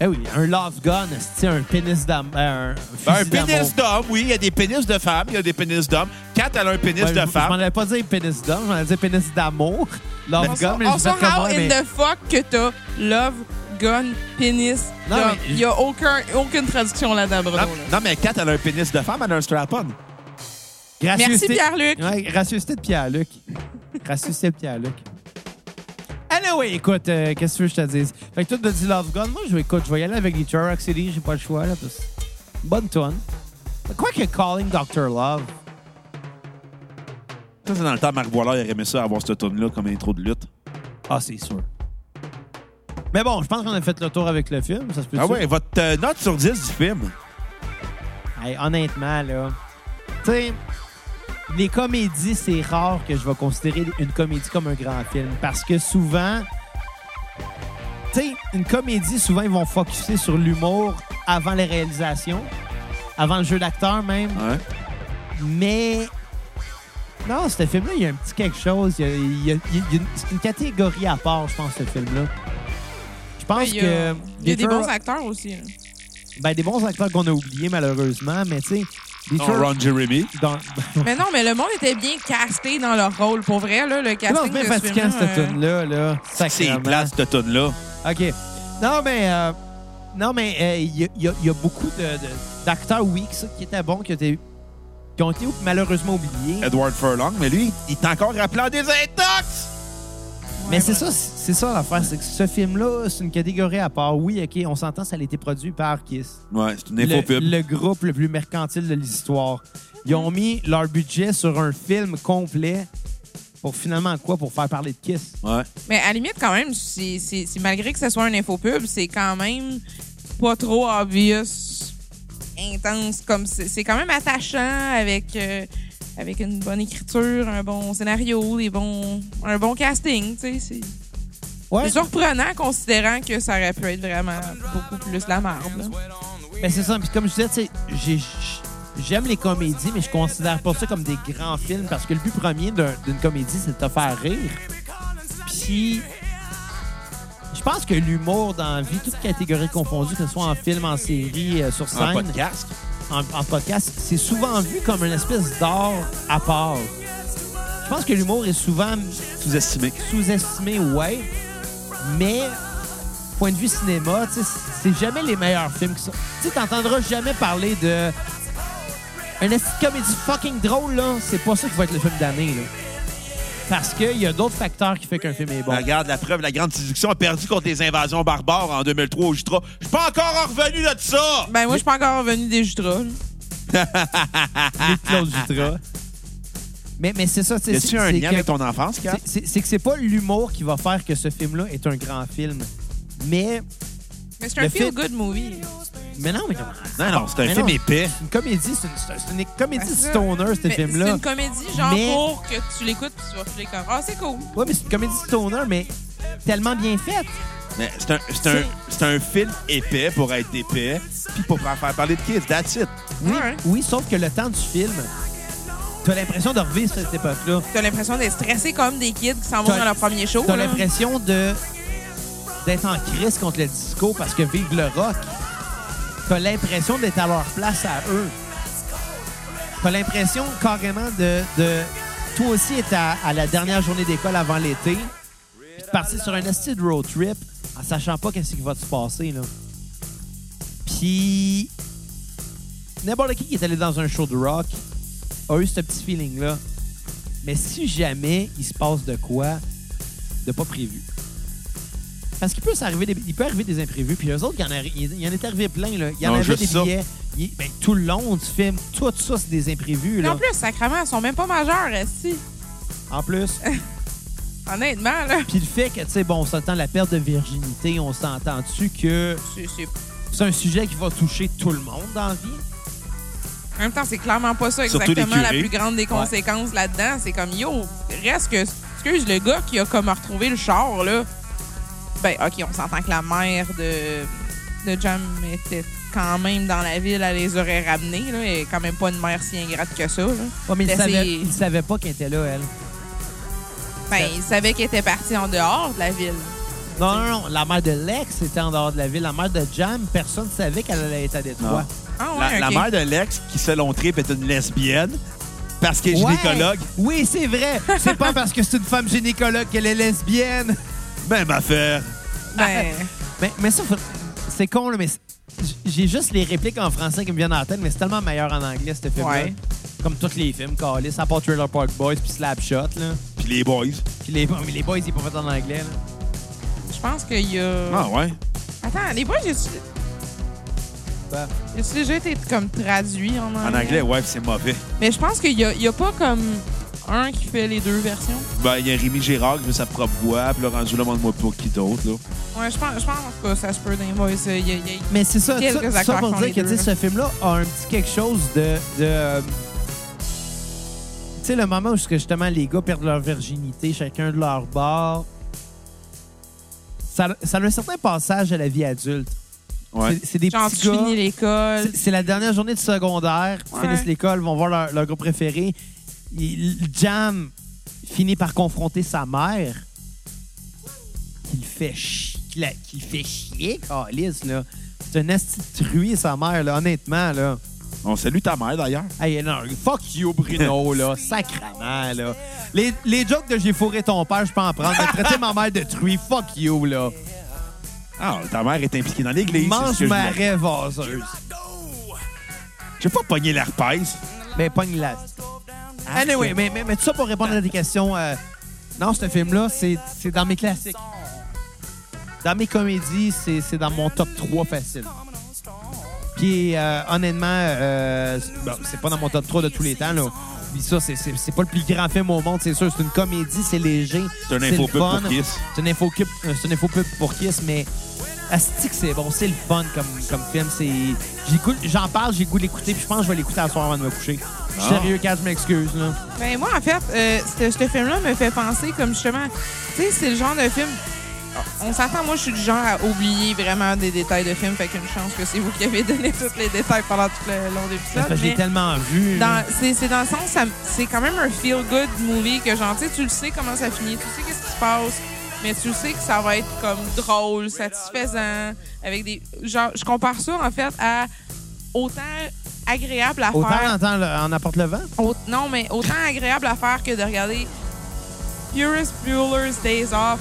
Eh oui, un love gun, c'est un pénis d'âme. un fusil Ben, un d'amour. pénis d'homme, oui. Il y a des pénis de femmes, il y a des pénis d'hommes. Kat, elle a un pénis Ouais, je- de Je m'en femme. allais pas dire pénis d'homme, j'en allais dire pénis d'amour. Love Ben, On gun, sent mais je on sais sent pas how comment, in mais... the fuck que t'as love, gun, pénis. Non, d'homme. mais- Il n'y a aucun, aucune traduction là-dedans, Bruno. Non, là. non, mais Kat, elle a un pénis de femme, elle a un strap-on. Gracieuseté- Merci, Pierre-Luc. Ouais, gracieuseté de Pierre-Luc. Gracieuseté de Pierre-Luc. Anyway, écoute, euh, qu'est-ce que tu veux que je te dise? Fait que toi, t'as dit Love Gun. Moi, je vais, écoute, je vais y aller avec les Rock City, j'ai pas le choix, là, parce que Bonne tonne. Quoique Calling Dr. Love. Ça, c'est dans le temps, Marc Boileau, il aurait aimé ça avoir cette tune-là comme intro de lutte. Ah, c'est sûr. Mais bon, je pense qu'on a fait le tour avec le film, ça se peut Ah ouais, votre euh, note sur 10 du film. Hey, honnêtement, là, tu sais, les comédies, c'est rare que je vais considérer une comédie comme un grand film parce que souvent, tu sais, une comédie, souvent, ils vont focuser sur l'humour avant les réalisations, avant le jeu d'acteur même, Ouais. mais. Non, ce film-là, il y a un petit quelque chose. Il y a- il y a- il y a une- c'est une catégorie à part, je pense, ce film-là. Je pense Il y que. a, il y a des Detroit- bons acteurs aussi. hein. là. ben, des bons acteurs qu'on a oubliés, malheureusement, mais tu sais. Non, Detroit- Ron Jeremy. dans- Mais non, mais le monde était bien casté dans leur rôle. Pour vrai, là, le Non, casting c'est bien de ce fatigant, film-là, cette euh, tune-là. Là. C'est Sacrément. place cette tune-là. OK. Non, mais... euh, non, mais euh, il y, a- il y a- il y a beaucoup de- de- d'acteurs, oui, qui, qui étaient bons, qui, étaient- qui ont été malheureusement Euh, oubliés. Edward Furlong, mais lui, il est encore rappelé en désintox! mais ouais, c'est ça, ouais. c'est ça l'affaire. C'est que ce film-là, c'est une catégorie à part. Oui, OK, on s'entend, ça a été produit par Kiss. Ouais, c'est une le, info pub. le groupe le plus mercantile de l'histoire. Ils ont mis leur budget sur un film complet pour finalement quoi? Pour faire parler de Kiss. Ouais. Mais à la limite, quand même, c'est c'est- c'est- malgré que ce soit un infopub, c'est quand même pas trop obvious, intense. comme C'est c'est quand même attachant avec, euh, avec une bonne écriture, un bon scénario, des bons, un bon casting. tu sais, C'est Ouais. c'est surprenant considérant que ça aurait pu être vraiment beaucoup plus la marde. là. Mais c'est ça. Puis comme je disais, tu sais, j'ai- j'ai- j'aime les comédies, mais je considère pas ça comme des grands films parce que le but premier d'un- d'une comédie, c'est de te faire rire. Puis je pense que l'humour dans la vie, toute catégorie confondue, que ce soit en film, en série, euh, sur scène, Un podcast. en, en podcast, c'est souvent vu comme une espèce d'art à part. Je pense que l'humour est souvent Sous-estimé. sous-estimé, ouais. Mais, point de vue cinéma, tu sais, c'est jamais les meilleurs films qui sont. Tu sais, t'entendras jamais parler de. Un esti de comédie fucking drôle, là. C'est pas ça qui va être le film d'année, là. Parce qu'il y a d'autres facteurs qui font qu'un film est bon. Ben, regarde, la preuve, la grande séduction a perdu contre les invasions barbares en 2003 au Jutra. Je suis pas encore revenu de ça! Ben, moi, je suis pas encore revenu des Jutras. là. Luc Claude Ah, Jutras. Mais, mais c'est ça, tu sais. Y c'est- a-tu un c'est lien que- avec ton enfance, Kat? c'est- C'est c'est que c'est pas l'humour qui va faire que ce film-là est un grand film. Mais, Mais c'est un Le fait- feel-good movie. mais non, mais comment? Non, non, c'est un Mais film non. épais. C'est une comédie, c'est une, c'est une comédie Ben, ça. stoner, ce Mais film-là. C'est une comédie, genre, Mais- pour que tu l'écoutes puis tu vas filer comme « Ah, c'est cool! Ouais, mais c'est une comédie stoner, mais tellement bien faite. Mais c'est un, c'est un, c'est un film épais pour être épais, puis pour faire parler de kids. That's it. Oui, Ouais. oui sauf que le temps du film, t'as l'impression de revivre cette époque-là. ». T'as l'impression d'être stressé comme des kids qui s'en vont T'as- dans leur premier show. T'as là. l'impression de d'être en crise contre le disco parce que vive le rock. T'as l'impression d'être à leur place à eux. T'as l'impression carrément de, de toi aussi être à, à la dernière journée d'école avant l'été, puis de partir sur un esti de road trip en sachant pas qu'est-ce qui va se passer là. Puis n'importe qui qui est allé dans un show de rock a eu ce petit feeling là. Mais si jamais il se passe de quoi, de pas prévu. Parce qu'il peut s'arriver des, il peut arriver des imprévus. Puis les autres, il y en, a- il y en est arrivé plein. Là. Il y en Non, avait juste des ça. billets. Il- ben, tout le long du film, tout ça, c'est des imprévus. Puis Là. en plus, sacrément, elles sont même pas majeures, si. En plus. Honnêtement, là, Puis le fait que, tu sais, bon, on s'entend la perte de virginité, on s'entend-tu que c'est- c'est- c'est un sujet qui va toucher tout le monde dans la vie? en même temps, c'est clairement pas ça Surtout les exactement la curés. plus grande des conséquences là-dedans. C'est comme, yo, reste que, excuse, le gars qui a comme retrouvé le char, là, ben, OK, on s'entend que la mère de, de Jam était quand même dans la ville, elle les aurait ramenés, là, et quand même pas une mère si ingrate que ça, là. Ouais, mais il Ben, savait, c'est- il savait pas qu'elle était là, elle. Ben, il savait qu'elle était partie en dehors de la ville. Non, non, non. La mère de Lex était en dehors de la ville. La mère de Jam, personne ne savait qu'elle allait être à Détroit. Non. Ah La, ouais, la ok. mère de Lex, qui selon Trip est une lesbienne, parce qu'elle est Ouais. gynécologue, Oui, c'est vrai. C'est pas parce que c'est une femme gynécologue qu'elle est lesbienne. même affaire. Ben, Mais, mais ça, faut- c'est con, là, mais c'est- j'ai juste les répliques en français qui me viennent en tête, mais c'est tellement meilleur en anglais, ce film-là. Ouais. Comme tous les films, Callis, à part Trailer Park Boys puis Slapshot, là. Puis les boys. Puis les, mais les boys, ils sont pas faits en anglais, là. je pense qu'il y a... Ah ouais. Attends, les boys, j'ai-tu Ça. j'ai-tu déjà été comme traduit en anglais? En anglais, ouais, puis c'est mauvais. Mais je pense qu'il n'y a, il y a pas comme un qui fait les deux versions. Ben, il y a Rémi Gérard qui veut sa propre voix, puis là, rendu là, demande-moi pas qui d'autre, là. Ouais, je pense, je pense que ça se peut dans les voices. Il y a- il y a- Mais c'est ça, Quelques ça, ça acteurs pour font dire les que deux, tu sais, ce là. film-là a un petit quelque chose de. de euh, tu sais, le moment où justement les gars perdent leur virginité, chacun de leur bord. Ça, ça a un certain passage à la vie adulte. Ouais. C'est- C'est des Genre, tu petits gars. finis l'école. C'est- C'est la dernière journée de secondaire. Ils Ouais. finissent l'école, vont voir leur, leur groupe préféré. Il- le Jam finit par confronter sa mère. Qu'il fait, chi- qui la- qui fait chier, Calice, là. C'est un asti de truie, sa mère, là, honnêtement, là. On salue ta mère, d'ailleurs. Hey, non, fuck you, Bruno, là. Sacrement, là. Les, les jokes de j'ai fourré ton père, je peux en prendre. Mais traiter ma mère de truie, fuck you, là. Ah, ta mère est impliquée dans l'église. c'est ce Mange que je ma voulais. raie vaseuse. J'ai pas pogné l'herpès. Mais Ben, pogne la. Anyway, mais, mais, mais tout ça pour répondre à des questions. euh, non, ce film-là, c'est c'est dans mes classiques. Dans mes comédies, c'est c'est dans mon top 3 facile. Puis euh, honnêtement, euh, c'est- bon, c'est pas dans mon top 3 de tous les temps. Là. Puis ça, c'est- c'est c'est pas le plus grand film au monde, c'est sûr. C'est une comédie, c'est léger. C'est un le infopub fun. pour Kiss. C'est un infopub euh, c'est une infopub pour Kiss, mais Asti que c'est bon, c'est le fun comme, comme film. c'est- j'écoute- J'en parle, j'ai le goût de l'écouter, puis je pense que je vais l'écouter à soir avant de me coucher. Je suis Ah. Sérieux, quand je m'excuse, là. Ben, moi, en fait, euh, ce ce film-là me fait penser comme justement. Tu sais, c'est le genre de film. On s'entend, moi, je suis du genre à oublier vraiment des détails de film. Fait qu'une chance que c'est vous qui avez donné tous les détails pendant tout le long de Parce que l'épisode. je l'ai mais- tellement vu. Dans- c'est c'est dans le sens, ça- c'est quand même un feel-good movie que genre, tu sais, tu le sais comment ça finit, tu sais qu'est-ce qui se passe, mais tu sais que ça va être comme drôle, satisfaisant, avec des. Genre, je compare ça en fait à autant agréable à Autant faire. en, temps, le- en apporte le vent. au- non, mais autant agréable à faire que de regarder Purist Bueller's Days Off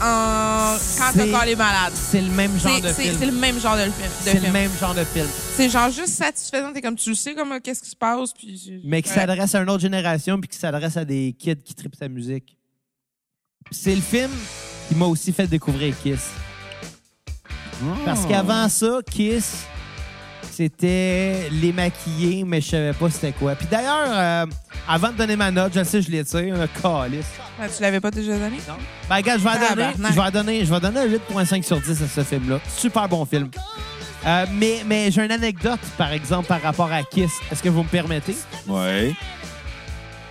en, quand C'est- t'as encore les malades. C'est le même genre de C'est c'est- film. c'est le même genre de le film. de C'est le film. même genre de film. C'est genre juste satisfaisant, t'es comme tu le sais comment qu'est-ce qui se passe, puis. Mais qui Ouais. s'adresse à une autre génération puis qui s'adresse à des kids qui tripent sa musique. C'est le film qui m'a aussi fait découvrir Kiss. Hmm. Parce qu'avant ça, Kiss, c'était les maquillés, mais je savais pas c'était quoi. Puis d'ailleurs, euh, avant de donner ma note, je le sais, je l'ai tiré, là, calice. Ah, tu l'avais pas déjà donné? Ben, gars, je vais en donner, Tabarnak. je vais en donner, je vais donner un 8.5 sur 10 à ce film-là. Super bon film. Euh, mais mais j'ai une anecdote, par exemple, par rapport à Kiss. Est-ce que vous me permettez? Ouais.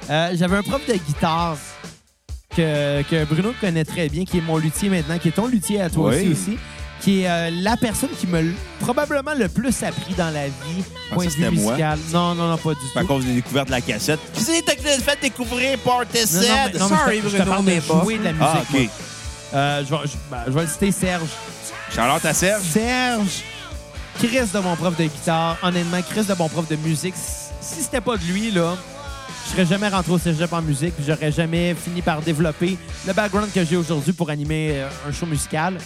Euh, J'avais un prof de guitare que, que Bruno connaît très bien, qui est mon luthier maintenant, qui est ton luthier à toi Oui. aussi, aussi, qui est euh, la personne qui me l- probablement le plus appris dans la vie, Ah, point ça, de vue c'était moi. musical. Non, non, non, pas du tout. C'est à cause des découvertes de la cassette. Qui c'est qui t'a fait découvrir Part Non, non, mais- non, mais Sorry, je te- je te Bruno, parle de mais bof. jouer de la musique. Ah, OK. moi. Euh, je, vais, je- ben, je vais le citer Serge. Charlotte à Serge. Serge, Chris de mon prof de guitare. Honnêtement, Chris de mon prof de musique. Si si c'était pas de lui, là, je serais jamais rentré au cégep en musique, puis j'aurais jamais fini par développer le background que j'ai aujourd'hui pour animer euh, un show musical.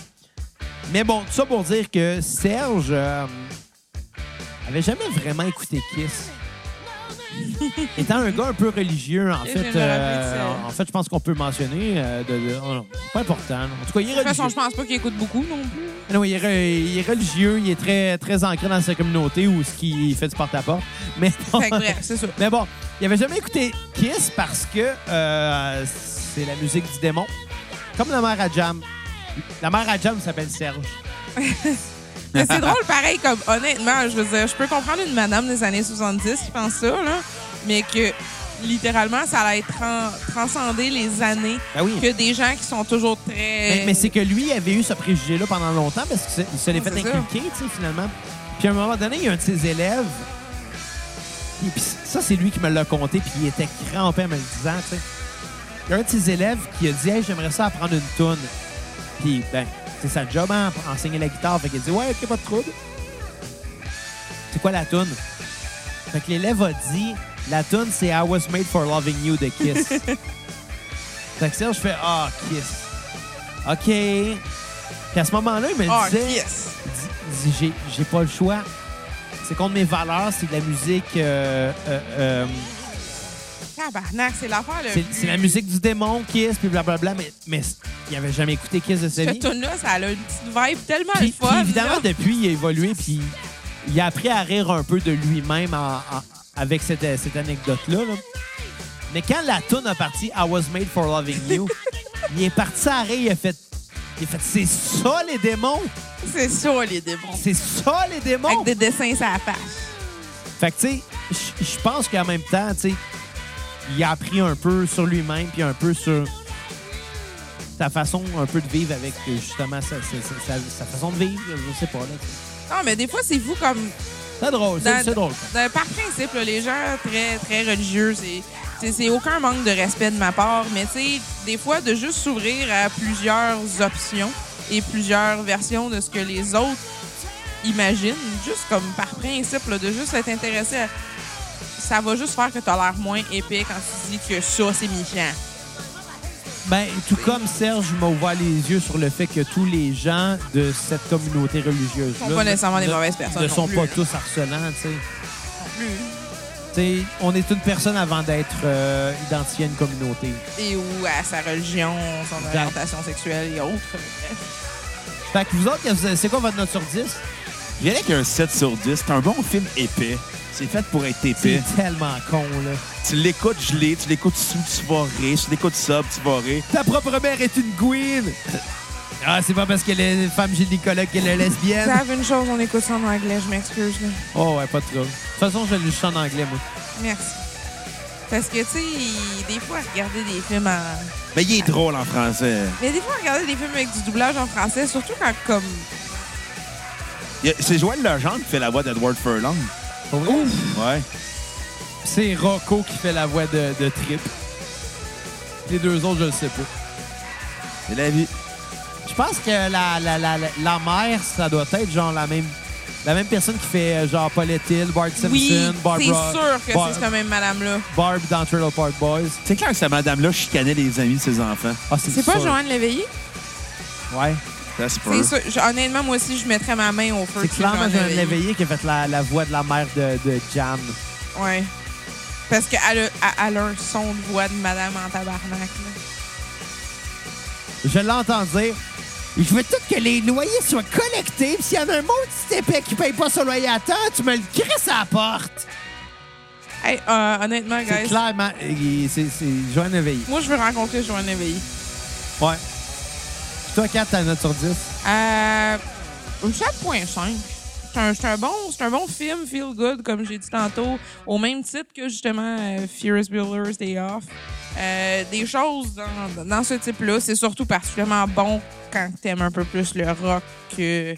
Mais bon, tout ça pour dire que Serge euh, avait jamais vraiment écouté Kiss. Étant un gars un peu religieux, en Et fait, euh, je me rappelle de ça. en fait, je pense qu'on peut mentionner. euh, de, de- oh non, pas important. En tout cas, il est De toute façon, religieux. je pense pas qu'il écoute beaucoup non plus. Non, il, est, re- il est religieux, il est très, très ancré dans sa communauté où ce qui fait du porte-à-porte. Mais, bon, Fait que bref, c'est sûr. mais bon, il avait jamais écouté Kiss parce que euh, c'est la musique du démon. Comme la mère à Jam. La mère à Jam s'appelle Serge. Mais c'est drôle, pareil, comme honnêtement, je veux dire, je peux comprendre une madame des années 70 qui pense ça, là, mais que littéralement, ça allait tran- transcender les années Ben oui. que des gens qui sont toujours très. Mais, mais c'est que lui avait eu ce préjugé-là pendant longtemps parce qu'il se- il se l'est fait C'est ça. inculquer, tu sais, finalement. Puis à un moment donné, il y a un de ses élèves. Et puis ça, c'est lui qui me l'a conté, puis il était crampé en me le disant, tu sais. Il y a un de ses élèves qui a dit Hey, j'aimerais ça apprendre une toune. Puis, ben, c'est sa job, hein, enseigner la guitare. Fait qu'il dit Ouais, ok, pas de trouble. C'est quoi la toune Fait que l'élève a dit La toune, c'est I was made for loving you de Kiss. fait que Serge fait Ah, Kiss. OK. Puis à ce moment-là, il me Oh, le disait. yes! Il dit, J'ai- J'ai pas le choix. C'est contre mes valeurs, c'est de la musique. euh, euh, euh, Tabarnak, c'est l'affaire, le. c'est c'est la musique du démon, Kiss, puis blablabla. Mais, mais il avait jamais écouté Kiss de sa vie. Cette tune-là, ça a une petite vibe tellement Puis- le fun. puis évidemment, là. depuis, il a évolué, puis il a appris à rire un peu de lui-même en- en- avec cette, euh, cette anecdote-là. là. Mais quand la toune a parti I was made for loving you, il est parti à rire, il a fait. Il a fait c'est ça les démons! C'est ça, les démons. C'est ça les démons! Avec des dessins sur la face. Fait que, tu sais, je- je pense qu'en même temps, tu sais, il a appris un peu sur lui-même, puis un peu sur sa façon un peu de vivre avec euh, justement sa, sa- sa- sa- sa façon de vivre, je sais pas. là, tu sais. Non, mais des fois, c'est vous comme. C'est drôle, c'est Dans- c'est drôle. dans- par principe, là, les gens très, très religieux, c'est- c'est c'est aucun manque de respect de ma part, mais tu sais, des fois, de juste s'ouvrir à plusieurs options et plusieurs versions de ce que les autres imaginent, juste comme par principe, là, de juste être intéressé à. Ça va juste faire que t'as l'air moins épais quand tu dis que ça, c'est méchant. Ben, tout comme Serge m'a ouvert les yeux sur le fait que tous les gens de cette communauté religieuse Sont pas nécessairement des mauvaises personnes ne non sont plus, pas là. tous harcelants, tu sais. Non plus. Tu sais, on est une personne avant d'être euh, identifié à une communauté. Et ou à sa religion, son Exact. orientation sexuelle et autres. Bref. Fait que vous autres, qu'est-ce que- c'est quoi votre note sur 10? Il y en a qui a un 7 sur 10. C'est un bon film épais. C'est fait pour être C'est épais. tellement con, là. Tu l'écoutes gelé, tu l'écoutes sous, tu vas rire. Tu l'écoutes sub, tu vas rire. Ta propre mère est une queen! Ah, c'est pas parce qu'elle est femme gynécologue qu'elle est lesbienne. Savent une chose, on écoute ça en anglais, je m'excuse. là. Oh, ouais, pas trop. De toute façon, je le chante en anglais, moi. Merci. Parce que, tu sais, des fois, regarder des films en... Mais il est drôle en français. Mais des fois, regarder des films avec du doublage en français, surtout quand, comme... Il y a- C'est Joël Legendre qui fait la voix d'Edward Furlong. Pour vrai? Ouais. C'est Rocco qui fait la voix de, de Trip. Les deux autres, je le sais pas. C'est la vie. Je pense que la, la, la, la, la mère, ça doit être genre la même la même personne qui fait euh, genre Paulette Hill, Bart Simpson, oui, c'est Barbara. sûr que Bar- c'est cette même madame-là. Barb dans Trailer Park Boys. C'est clair que cette madame-là chicanait les amis de ses enfants. Ah, c'est C'est pas sûr. Joanne Léveillé? Ouais. Ça se peut. C'est sûr. Je- honnêtement, moi aussi, je mettrais ma main au feu. C'est que clairement Joanne Léveillé. Léveillé qui a fait la, la voix de la mère de, de Jam. Ouais. Parce qu'elle a, elle- elle a un son de voix de madame en tabarnak, là. Je l'entends dire. Je veux tout que les loyers soient collectés. Puis s'il y en a un maudit épais qui paye pas son loyer à temps, tu me le crisses à la porte. Hey, euh, honnêtement, C'est guys, clairement... il- C'est c'est Joanne Léveillé. moi, je veux rencontrer Joanne Léveillé. Ouais. Toi, 4, t'as une note sur 10. Euh, 7.5. C'est un, c'est un bon, c'est un bon film, feel good, comme j'ai dit tantôt, au même titre que justement euh, Furious Builder's Day Off. Euh, des choses dans, dans ce type-là, c'est surtout particulièrement bon quand t'aimes un peu plus le rock que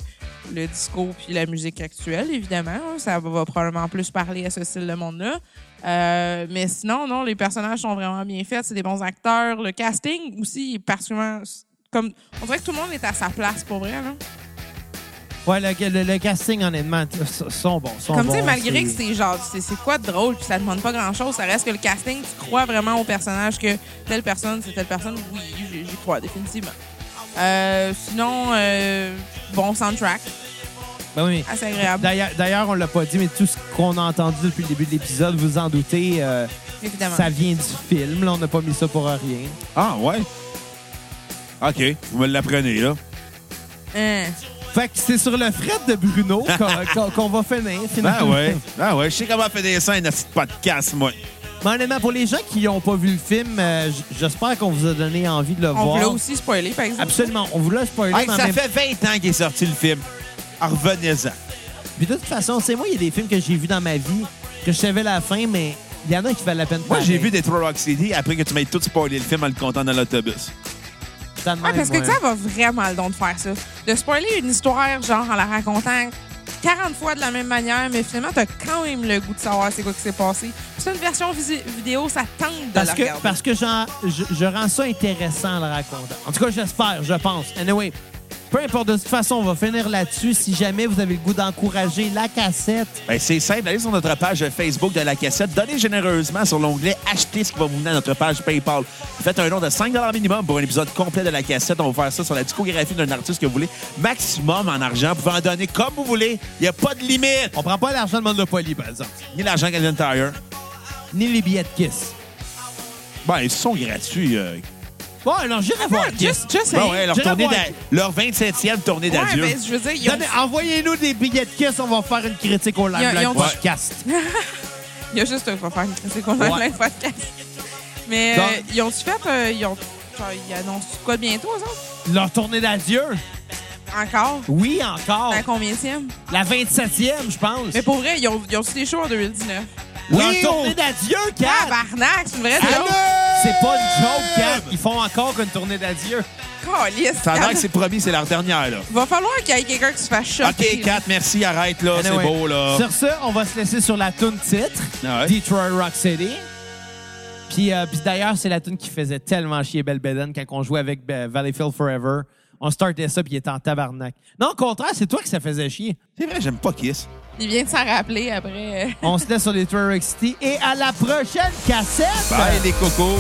le disco puis la musique actuelle, évidemment. hein. Ça va probablement plus parler à ce style de monde-là. Euh, mais sinon, non, les personnages sont vraiment bien faits. C'est des bons acteurs. Le casting aussi est particulièrement... Comme, on dirait que tout le monde est à sa place, pour vrai. Là. Ouais, le, le- le casting, honnêtement, t- s- sont bons. Sont Comme bons, tu sais, malgré c'est- que c'est genre, c'est c'est quoi de drôle, puis ça demande pas grand chose, ça reste que le casting, tu crois vraiment au personnage que telle personne, c'est telle personne. Oui, j'y j'y crois, définitivement. Euh, sinon, euh, bon soundtrack, Ben oui, mais assez agréable, D'ailleurs, d'ailleurs, on l'a pas dit, mais tout ce qu'on a entendu depuis le début de l'épisode, vous en doutez, euh, évidemment. Hein? ça vient du film. Là, on n'a pas mis ça pour rien. Ah, ouais? OK. Vous me l'apprenez, là. Hein. Fait que c'est sur le fret de Bruno qu'on- qu'on qu'on va finir, Ben finalement. ouais. Ben ouais. Je sais comment faire des scènes à ce podcast, moi. Mais honnêtement, pour les gens qui n'ont pas vu le film, euh, j- j'espère qu'on vous a donné envie de le On voir. voulait aussi spoiler, par exemple. Absolument. On vous l'a spoilé. Hey, mais en ça même- fait 20 ans qu'il est sorti le film. En revenez-en. Puis de toute façon, c'est moi, il y a des films que j'ai vus dans ma vie que je savais la fin, mais il y en a qui valent la peine. Ben Moi, j'ai pareil. vu des Rock City après que tu m'aies tout spoilé le film en le comptant dans l'autobus. Ça de Ouais, même, parce que ouais. ça va vraiment le don de faire ça. De spoiler une histoire, genre, en la racontant 40 fois de la même manière, mais finalement, t'as quand même le goût de savoir c'est quoi qui s'est passé. C'est une version visi- vidéo, ça tente de Parce la que, regarder. parce que j'en- je, je rends ça intéressant en le racontant. En tout cas, j'espère, je pense. Anyway, peu importe, de toute façon, on va finir là-dessus. Si jamais vous avez le goût d'encourager la cassette, Ben, c'est simple, allez sur notre page Facebook de la cassette, donnez généreusement sur l'onglet Acheter ce qui va vous mener à notre page PayPal. Faites un don de 5 minimum pour un épisode complet de la cassette. On va faire ça sur la discographie d'un artiste que vous voulez, maximum en argent. Vous pouvez en donner comme vous voulez. Il n'y a pas de limite. on prend pas l'argent de Monopoly, par exemple, Ni l'argent Canadian Tire. ni les billets de Kiss. Ben, ils sont gratuits. euh. Bon, alors j'irai voir Ah, Kiss. Juste, juste, Bon, hey. ouais, leur, je la tournée vois. d'a- leur 27e tournée Ouais, d'adieu. ben, je veux dire, ils ont, Donnez- Envoyez-nous des billets de Kiss, on va faire une critique au Ils live ont- ils Live ont- podcast. il y a juste un faut faire une critique, on a Ouais. plein de podcasts. Mais Donc- euh, ils ont-tu fait, euh, ils ont, genre, ils annoncent quoi de bientôt, eux autres? Leur tournée d'adieu? Encore? Oui, encore. À combien de La 27e, je pense. Mais pour oh! vrai, ils ont, ils ont-tu des shows en 2019? Leur Oui, tournée on- d'adieu, Ah, Kat! Tabarnak, c'est une vraie Allô? joke. C'est pas une joke, Kat. Ils font encore une tournée d'adieu. Calisse, Ça a l'air Kat. que c'est promis, c'est leur dernière, là. Va falloir qu'il y ait quelqu'un qui se fasse choquer. OK, Kat, merci, arrête, là. Ah, C'est Anyway, beau, là. Sur ce, on va se laisser sur la tune titre, Ah ouais. Detroit Rock City. Puis, euh, puis d'ailleurs, c'est la tune qui faisait tellement chier Belle Beden quand on jouait avec euh, Valleyfield Forever. On startait ça, puis il était en tabarnak. Non, au contraire, c'est toi que ça faisait chier. C'est vrai, j'aime pas Kiss. Il vient de s'en rappeler après. euh, On se laisse sur Detroit Rock City et à la prochaine cassette! Bye, les cocos.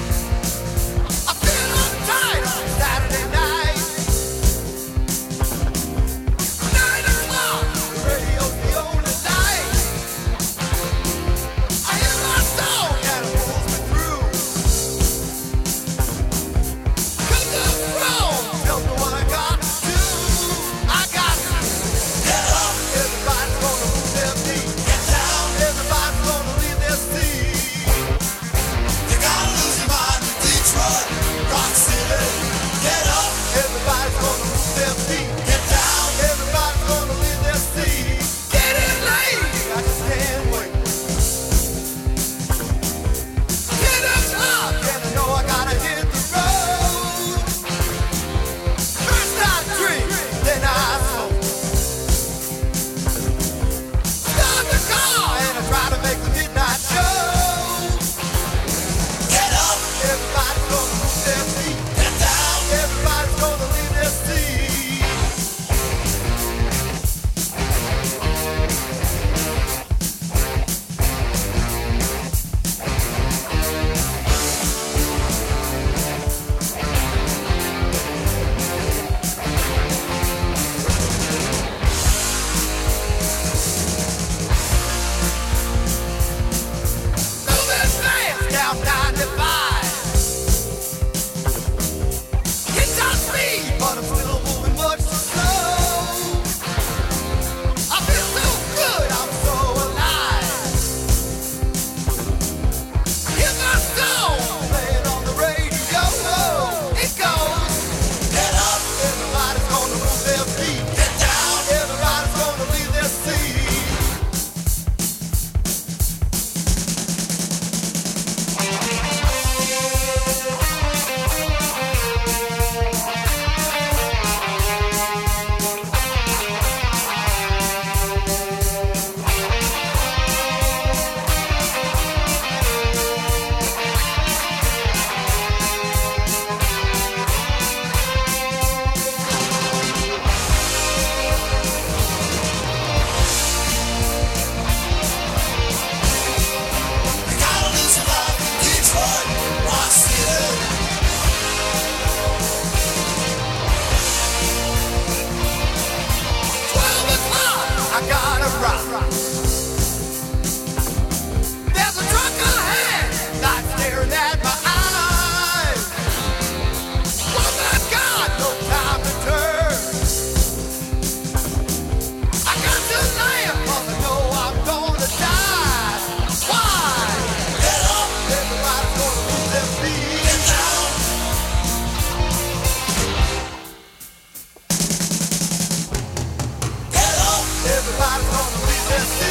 I feel on time on Saturday night. Nine o'clock, radio's the only light. I hear my song and it pulls me through. Oh Tennessee.